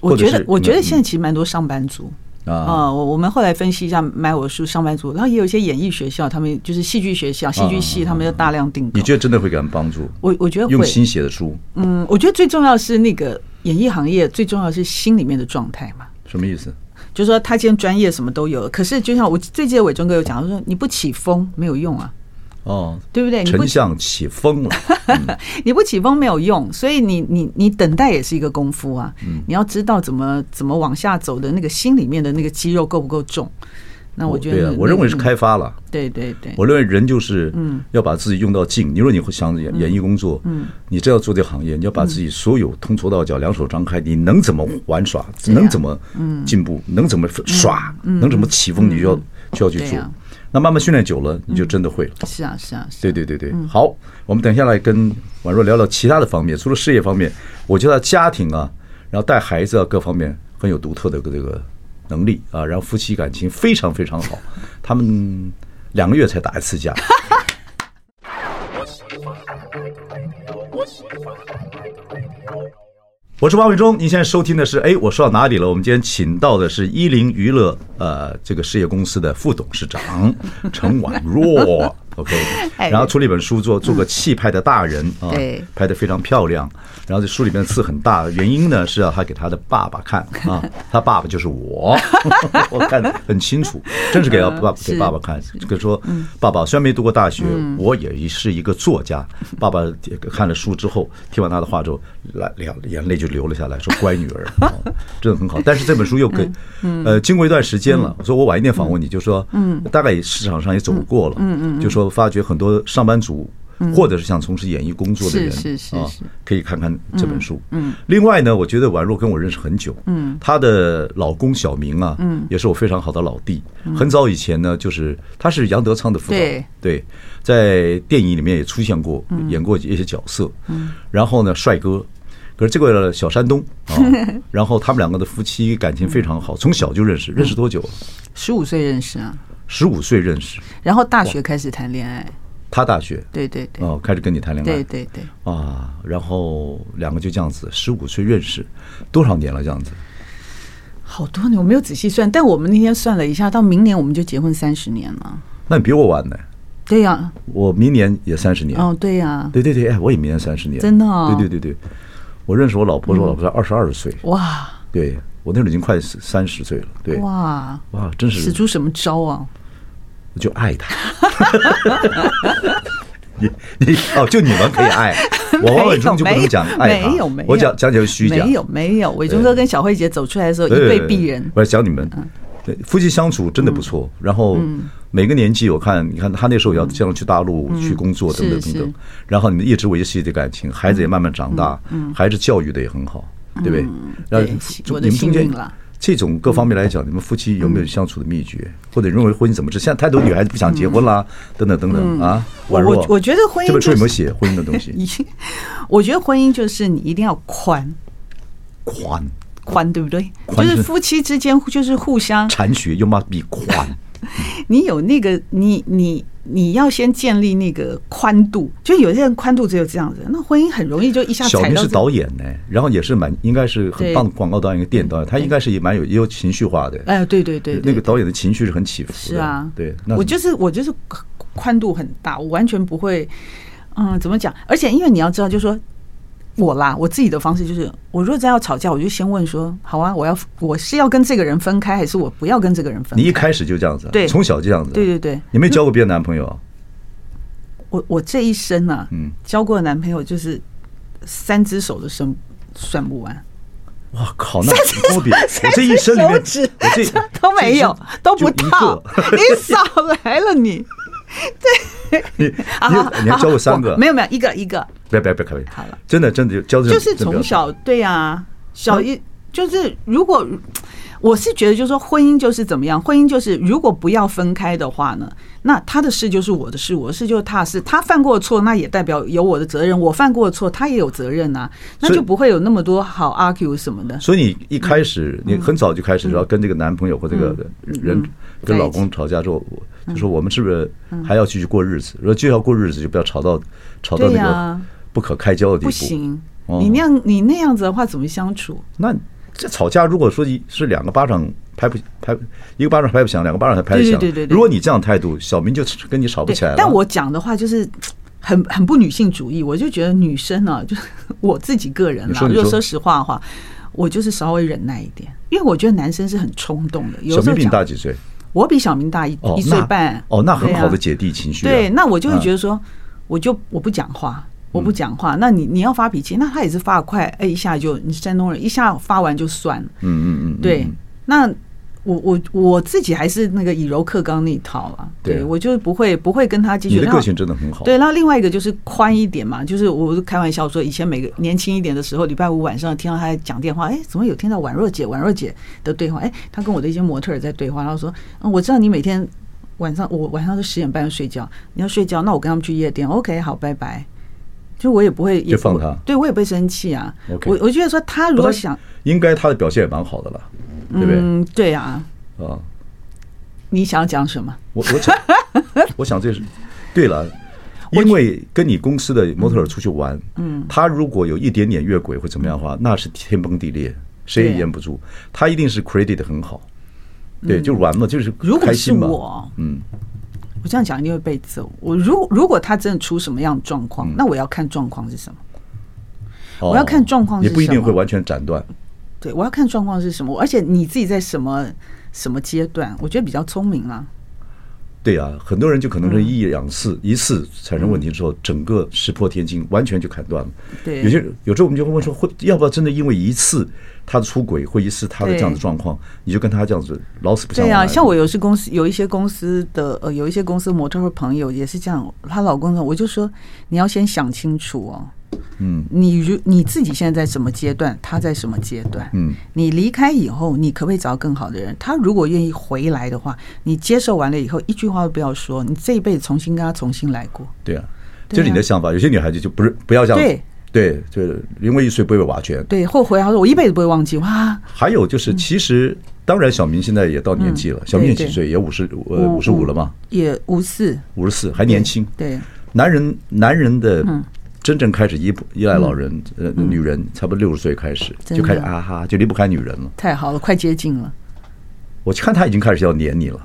[SPEAKER 3] 我
[SPEAKER 1] 或者
[SPEAKER 3] 觉得
[SPEAKER 1] 是，
[SPEAKER 3] 我觉得
[SPEAKER 1] 嗯
[SPEAKER 3] 现在其实蛮多上班族。
[SPEAKER 1] 啊
[SPEAKER 3] 呃我我们后来分析一下买我的书上班族，然后也有一些演艺学校，他们就是戏剧学校、
[SPEAKER 1] 啊
[SPEAKER 3] 戏剧系，他们就大量订购
[SPEAKER 1] 你。觉得真的会给他们帮助？
[SPEAKER 3] 我我觉得
[SPEAKER 1] 用
[SPEAKER 3] 会，
[SPEAKER 1] 心写的书
[SPEAKER 3] 嗯，我觉得最重要是那个演艺行业，最重要是心里面的状态嘛。
[SPEAKER 1] 什么意思？
[SPEAKER 3] 就是说他今天专业什么都有，可是就像我最记得伟忠哥有讲，他说你不起风没有用啊，
[SPEAKER 1] 哦，
[SPEAKER 3] 对不对？你不
[SPEAKER 1] 丞相起风了，
[SPEAKER 3] 你不起风没有用，所以你你你等待也是一个功夫啊。
[SPEAKER 1] 嗯
[SPEAKER 3] 你要知道怎么怎么往下走的那个心里面的那个肌肉够不够重。那 我觉
[SPEAKER 1] 对
[SPEAKER 3] 得
[SPEAKER 1] 啊
[SPEAKER 3] 那，
[SPEAKER 1] 我认为是。
[SPEAKER 3] 那
[SPEAKER 1] 开发了。
[SPEAKER 3] 嗯对对对，
[SPEAKER 1] 我认为人就是要把自己用到尽。你说你会想演演艺工作，你这要做这行业，你要把自己所有通筹到脚，两手张开，你能怎么玩耍，
[SPEAKER 3] 啊
[SPEAKER 1] 能怎么进步，能怎么耍，能怎么起风，你就要就要去
[SPEAKER 3] 对
[SPEAKER 1] 做
[SPEAKER 3] 啊。
[SPEAKER 1] 那慢慢训练久了，你就真的会了。
[SPEAKER 3] 是啊是啊是啊。
[SPEAKER 1] 对对对对，好，我们等一下来跟婉若聊聊其他的方面，除了事业方面，我觉得家庭啊，然后带孩子啊各方面很有独特的这个能力啊，然后夫妻感情非常非常好，他们两个月才打一次架。我是王伟忠，您现在收听的是，哎，我说到哪里了？我们今天请到的是一零娱乐呃这个事业公司的副董事长陈婉若，OK，
[SPEAKER 3] 哎
[SPEAKER 1] 然后出了一本书做，做个气派的大人啊，
[SPEAKER 3] 对
[SPEAKER 1] 拍得非常漂亮。然后这书里面的字很大，原因呢是要他给他的爸爸看 啊，他爸爸就是我， 我看得很清楚，嗯真是嗯给他爸
[SPEAKER 3] 是
[SPEAKER 1] 给爸爸看，跟说爸爸虽然没读过大学，我也是一个作 家。爸爸看了书之后，听完他的话之后，来两眼泪就流了下来， 说乖女儿，啊真的很好。但是这本书又给，呃，经过一段时间了，所以我晚一点访问你，就说，嗯，大概市场上也走过了，嗯嗯，嗯就说发觉很多上班族。或者是想从事演艺工作的人，
[SPEAKER 3] 是是是
[SPEAKER 1] 啊
[SPEAKER 3] 是
[SPEAKER 1] 可以看看这本书。嗯，另外呢，我觉得宛若跟我认识很久，嗯，她的老公小明啊，嗯，也是我非常好的老弟。很早以前呢，就是他是杨德昌的副导，
[SPEAKER 3] 对
[SPEAKER 1] 对，在电影里面也出现过，演过一些角色。嗯，然后呢，帅哥。可是这个小山东 啊，然后他们两个的夫妻感情非常好，从小就认识，认识多久？
[SPEAKER 3] 十五岁认识啊，
[SPEAKER 1] 十五岁认识，
[SPEAKER 3] 然后大学开始谈恋爱，
[SPEAKER 1] 他大学
[SPEAKER 3] 对对对，
[SPEAKER 1] 哦开始跟你谈恋爱，
[SPEAKER 3] 对对对，
[SPEAKER 1] 啊，然后两个就这样子，十五岁认识，多少年了这样子？
[SPEAKER 3] 好多年我没有仔细算，但我们那天算了一下，到明年我们就结婚三十年了。
[SPEAKER 1] 那你比我晚呢，
[SPEAKER 3] 对呀，
[SPEAKER 1] 我明年也三十年。
[SPEAKER 3] 哦对呀，
[SPEAKER 1] 对对对，哎，我也明年三十年，
[SPEAKER 3] 真的嗯哦
[SPEAKER 1] 对对对对，我认识我老婆，我老婆才二十二岁，
[SPEAKER 3] 哇
[SPEAKER 1] 对我那时候已经快三十岁了，对，
[SPEAKER 3] 哇，
[SPEAKER 1] 哇，真
[SPEAKER 3] 使
[SPEAKER 1] 是
[SPEAKER 3] 出什么招啊？
[SPEAKER 1] 我就爱她。 你你哦，就你们可以 爱，我王伟忠就不能讲爱她
[SPEAKER 3] 没有没有，
[SPEAKER 1] 我讲讲起来就虚假，
[SPEAKER 3] 没有没有，伟忠
[SPEAKER 1] 对
[SPEAKER 3] 哥跟小慧姐走出来的时候一
[SPEAKER 1] 对
[SPEAKER 3] 对璧人，嗯
[SPEAKER 1] 我讲你们，对夫妻相处真的不错。然后每个年纪，我看，你看他那时候也要这样去大陆去工作等等
[SPEAKER 3] 嗯是
[SPEAKER 1] 等
[SPEAKER 3] 是
[SPEAKER 1] 等。然后你们一直维系的感情，孩子也慢慢长大，孩子教育的也很好，对不对？然后
[SPEAKER 3] 嗯对
[SPEAKER 1] 中
[SPEAKER 3] 我
[SPEAKER 1] 你们中
[SPEAKER 3] 的幸
[SPEAKER 1] 间
[SPEAKER 3] 运嗯啦。
[SPEAKER 1] 这种各方面来讲，你们夫妻有没有相处的秘
[SPEAKER 3] 嗯
[SPEAKER 1] 诀，或者认为婚姻怎么治？现在太多女孩子不想结婚啦，等等等等啊。
[SPEAKER 3] 嗯我
[SPEAKER 1] 宛若
[SPEAKER 3] 我我觉得婚姻
[SPEAKER 1] 这本书有没有
[SPEAKER 3] 就是
[SPEAKER 1] 写婚姻的东 西？
[SPEAKER 3] 已经，我觉得婚姻就是你一定要宽
[SPEAKER 1] 宽
[SPEAKER 3] 宽，对不对？就
[SPEAKER 1] 宽
[SPEAKER 3] 是
[SPEAKER 1] 是
[SPEAKER 3] 夫妻之间就是互相，
[SPEAKER 1] 禅学又 must be 宽，
[SPEAKER 3] 你有那个你你你要先建立那个宽度，就有些人宽度只有这样子，那婚姻很容易就一下
[SPEAKER 1] 小
[SPEAKER 3] 踩
[SPEAKER 1] 明
[SPEAKER 3] 到
[SPEAKER 1] 是
[SPEAKER 3] 这
[SPEAKER 1] 导演呢，然后也是蛮应该是很
[SPEAKER 3] 对
[SPEAKER 1] 棒的广告导演跟电影导演，他应该是也蛮有也有情绪化的。
[SPEAKER 3] 哎，对对对，对
[SPEAKER 1] 那个导演的情绪是很起伏的。
[SPEAKER 3] 是啊，
[SPEAKER 1] 对，那
[SPEAKER 3] 我就是我就是宽度很大，我完全不会，嗯，怎么讲？而且因为你要知道，就是说我啦，我自己的方式就是，我如果真要吵架，我就先问说，好啊，我要我是要跟这个人分开，还是我不要跟这个人分
[SPEAKER 1] 你
[SPEAKER 3] 开？
[SPEAKER 1] 一开始就这样子啊，
[SPEAKER 3] 对
[SPEAKER 1] 从小就这样子啊。
[SPEAKER 3] 对对对，
[SPEAKER 1] 你没交过别的男朋友啊？
[SPEAKER 3] 我我这一生啊，
[SPEAKER 1] 嗯
[SPEAKER 3] 交过的男朋友就是三只手都算算不完，
[SPEAKER 1] 哇靠，那多比我这一生里面，
[SPEAKER 3] 三只手指
[SPEAKER 1] 我这，
[SPEAKER 3] 都没有，都不到 你少来了你。
[SPEAKER 1] 这一生你
[SPEAKER 3] 好
[SPEAKER 1] 你你还交过三
[SPEAKER 3] 啊 好
[SPEAKER 1] 个？
[SPEAKER 3] 没有没有，一个一个。
[SPEAKER 1] 别别别开玩笑，
[SPEAKER 3] 好了
[SPEAKER 1] 真的真的交这种
[SPEAKER 3] 就是
[SPEAKER 1] 真的不
[SPEAKER 3] 从
[SPEAKER 1] 要
[SPEAKER 3] 小对啊，小
[SPEAKER 1] 嗯
[SPEAKER 3] 一就是如果我是觉得，就是说婚姻就是怎么样，婚姻就是如果不要分开的话呢，那他的事就是我的事，我的事就是他的事，他犯过的错，那也代表有我的责任，我犯过的错，他也有责任啊，那
[SPEAKER 1] 所以
[SPEAKER 3] 就不会有那么多好 argue 什么的。
[SPEAKER 1] 所以你一
[SPEAKER 3] 嗯
[SPEAKER 1] 开始，你很早就开始要跟这个男朋友或这个人跟老公吵架之后，我就说我们是不是
[SPEAKER 3] 嗯
[SPEAKER 1] 还要继续过日子？如果就要过日子，就不要吵到吵到
[SPEAKER 3] 对
[SPEAKER 1] 那个
[SPEAKER 3] 呀
[SPEAKER 1] 不可开交的地步。
[SPEAKER 3] 不行，
[SPEAKER 1] 哦
[SPEAKER 3] 你那样你那样子的话怎么相处？
[SPEAKER 1] 那这吵架如果说一是两个巴掌拍不拍，一个巴掌拍不响，两个巴掌还拍得响。
[SPEAKER 3] 对对对对对
[SPEAKER 1] 如果你这样态度，小明就跟你吵不
[SPEAKER 3] 对
[SPEAKER 1] 起来了，。
[SPEAKER 3] 但我讲的话就是很很不女性主义，我就觉得女生呢、 就是我自己个人
[SPEAKER 1] 你
[SPEAKER 3] 啦，
[SPEAKER 1] 说你
[SPEAKER 3] 如果
[SPEAKER 1] 说
[SPEAKER 3] 说实话的话，我就是稍微忍耐一点，因为我觉得男生是很冲动的，有
[SPEAKER 1] 小
[SPEAKER 3] 时
[SPEAKER 1] 明
[SPEAKER 3] 候
[SPEAKER 1] 比你大
[SPEAKER 3] 讲
[SPEAKER 1] 几岁？
[SPEAKER 3] 我比小明大一
[SPEAKER 1] 哦，
[SPEAKER 3] 一岁
[SPEAKER 1] 那
[SPEAKER 3] 半，
[SPEAKER 1] 哦，那很
[SPEAKER 3] 对啊
[SPEAKER 1] 好的姐弟情绪啊、
[SPEAKER 3] 对，那我就会觉
[SPEAKER 1] 得
[SPEAKER 3] 得说，我就我不讲话，我不讲
[SPEAKER 1] 嗯
[SPEAKER 3] 话。那你你要发脾气，那他也是发得快，哎，一下就你山东人一下发完就算了。
[SPEAKER 1] 嗯嗯嗯，
[SPEAKER 3] 对，那我我我自己还是那个以柔克刚那一套了。
[SPEAKER 1] 对
[SPEAKER 3] 对我就不会不会跟他继续。
[SPEAKER 1] 你的
[SPEAKER 3] 然
[SPEAKER 1] 个
[SPEAKER 3] 后
[SPEAKER 1] 性真的很好。
[SPEAKER 3] 对，然后另外一个就是宽一点嘛，就是我开玩笑说，以前每个年轻一点的时候，礼拜五晚上听到他在讲电话，哎，怎么有听到宛若姐、宛若姐的对话？哎，他跟我的一些模特儿在对话，然后说，嗯，我知道你每天晚上，我晚上都十点半睡觉，你要睡觉，那我跟他们去夜店，OK，好，拜拜。就我也不会，也
[SPEAKER 1] 就放
[SPEAKER 3] 不会
[SPEAKER 1] 他
[SPEAKER 3] 对我也不会生气啊。
[SPEAKER 1] OK
[SPEAKER 3] 我我觉得说
[SPEAKER 1] 不
[SPEAKER 3] 他如
[SPEAKER 1] 过
[SPEAKER 3] 果
[SPEAKER 1] 他
[SPEAKER 3] 想，
[SPEAKER 1] 应该他的表现也蛮好的了，对不对？
[SPEAKER 3] 嗯，对啊，
[SPEAKER 1] 啊，
[SPEAKER 3] 你想要讲什么？
[SPEAKER 1] 我我 想我想这是对了。因为跟你公司的模特儿出去玩，嗯，他如果有一点点越轨或怎么样的话，那是天崩地裂，谁也
[SPEAKER 3] 对嗯
[SPEAKER 1] 掩不住。他一定是 credit 得很好，对，就玩嘛，就是
[SPEAKER 3] 如果
[SPEAKER 1] 开
[SPEAKER 3] 是
[SPEAKER 1] 心嘛。
[SPEAKER 3] 我，
[SPEAKER 1] 嗯，
[SPEAKER 3] 我这样讲一定会被揍。我如如果他真的出什么样的状况，
[SPEAKER 1] 嗯
[SPEAKER 3] 那我要看状况是什么。
[SPEAKER 1] 哦
[SPEAKER 3] 我要看状况是
[SPEAKER 1] 也不一
[SPEAKER 3] 什
[SPEAKER 1] 定
[SPEAKER 3] 么
[SPEAKER 1] 会完全斩断。
[SPEAKER 3] 对，我要看状况是什么，而且你自己在什么什么阶段，我觉得比较聪明啦。
[SPEAKER 1] 对呀、很多人就可能
[SPEAKER 3] 嗯
[SPEAKER 1] 是一两次、一次产生问题之后，整个石破天惊，完全就砍断了。
[SPEAKER 3] 对
[SPEAKER 1] 有些有时候我们就会问说，会要不要真的因为一次他的出轨或一次他的这样的
[SPEAKER 3] 对
[SPEAKER 1] 状况，你就跟他这样子老死不相
[SPEAKER 3] 对
[SPEAKER 1] 往
[SPEAKER 3] 呀、
[SPEAKER 1] 来
[SPEAKER 3] 像我有是公司有一些公司的呃，有一些公司模特儿朋友也是这样，她老公呢，我就说你要先想清楚哦，
[SPEAKER 1] 嗯，
[SPEAKER 3] 你如你自己现在在什么阶段，他在什么阶段，
[SPEAKER 1] 嗯，
[SPEAKER 3] 你离开以后，你可不可以找到更好的人？他如果愿意回来的话，你接受完了以后，一句话都不要说，你这一辈子重新跟他重新来过。
[SPEAKER 1] 对啊，
[SPEAKER 3] 对啊
[SPEAKER 1] 这是你的想法。有些女孩子就不是不要这样子，对对，因为一岁不为瓦全。
[SPEAKER 3] 对，或回来说，我一辈子不会忘记哇，
[SPEAKER 1] 还有就是，其实当然，小明现在也到年纪了，小明也几
[SPEAKER 3] 嗯对对
[SPEAKER 1] 岁？也五十呃五十五了嘛，
[SPEAKER 3] 也无视，
[SPEAKER 1] 五十四还年轻。
[SPEAKER 3] 对，
[SPEAKER 1] 男人男人的
[SPEAKER 3] 嗯
[SPEAKER 1] 真正开始依依赖老人，呃，女人差不多六十岁开始
[SPEAKER 3] 真的
[SPEAKER 1] 就开始啊哈，就离不开女人了。
[SPEAKER 3] 太好了，快接近了。
[SPEAKER 1] 我看他已经开始要黏你了，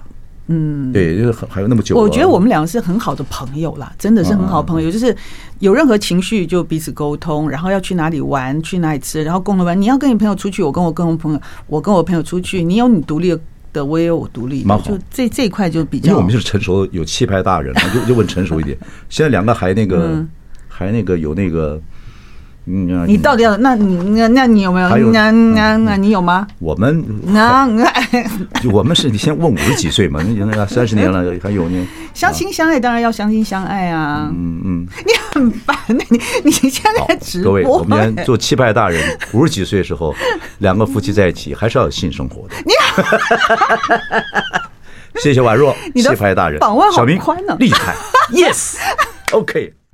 [SPEAKER 1] 嗯，对，因为还还有那么久了。嗯
[SPEAKER 3] 我觉得我们两个是很好的朋友啦，真的是很好的朋友，就是有任何情绪就彼此沟通，然后要去哪里玩，去哪里吃，然后共同玩。你要跟你朋友出去，我跟我跟我朋友，我跟我朋友出去，你有你独立的，我也有我独立
[SPEAKER 1] 蛮
[SPEAKER 3] 的，
[SPEAKER 1] 好
[SPEAKER 3] 就这这一块就比
[SPEAKER 1] 因为
[SPEAKER 3] 较
[SPEAKER 1] 我们就是成熟有气派大人嘛，就就问成 熟一点。现在两个还那个还那个有那个，嗯，啊
[SPEAKER 3] 嗯你到底要那你那那你有没有
[SPEAKER 1] 还有嗯
[SPEAKER 3] 那那那你有吗？
[SPEAKER 1] 我们
[SPEAKER 3] 那那
[SPEAKER 1] 就我们是你先问五十几岁嘛，那三十年了还有呢，
[SPEAKER 3] 相亲相爱当然要相亲相爱啊！
[SPEAKER 1] 嗯嗯。
[SPEAKER 3] 你很烦，欸你 你现
[SPEAKER 1] 好
[SPEAKER 3] 在直，
[SPEAKER 1] 各
[SPEAKER 3] 播、
[SPEAKER 1] 位，我们今
[SPEAKER 3] 哎
[SPEAKER 1] 天 做气派大人，五十几岁的时候，两个夫妻在一起还是要有性生活的。你谢谢宛若，
[SPEAKER 3] 你的
[SPEAKER 1] 气派大人，
[SPEAKER 3] 访问好
[SPEAKER 1] 小明
[SPEAKER 3] 宽呢
[SPEAKER 1] 厉害，yes，OK。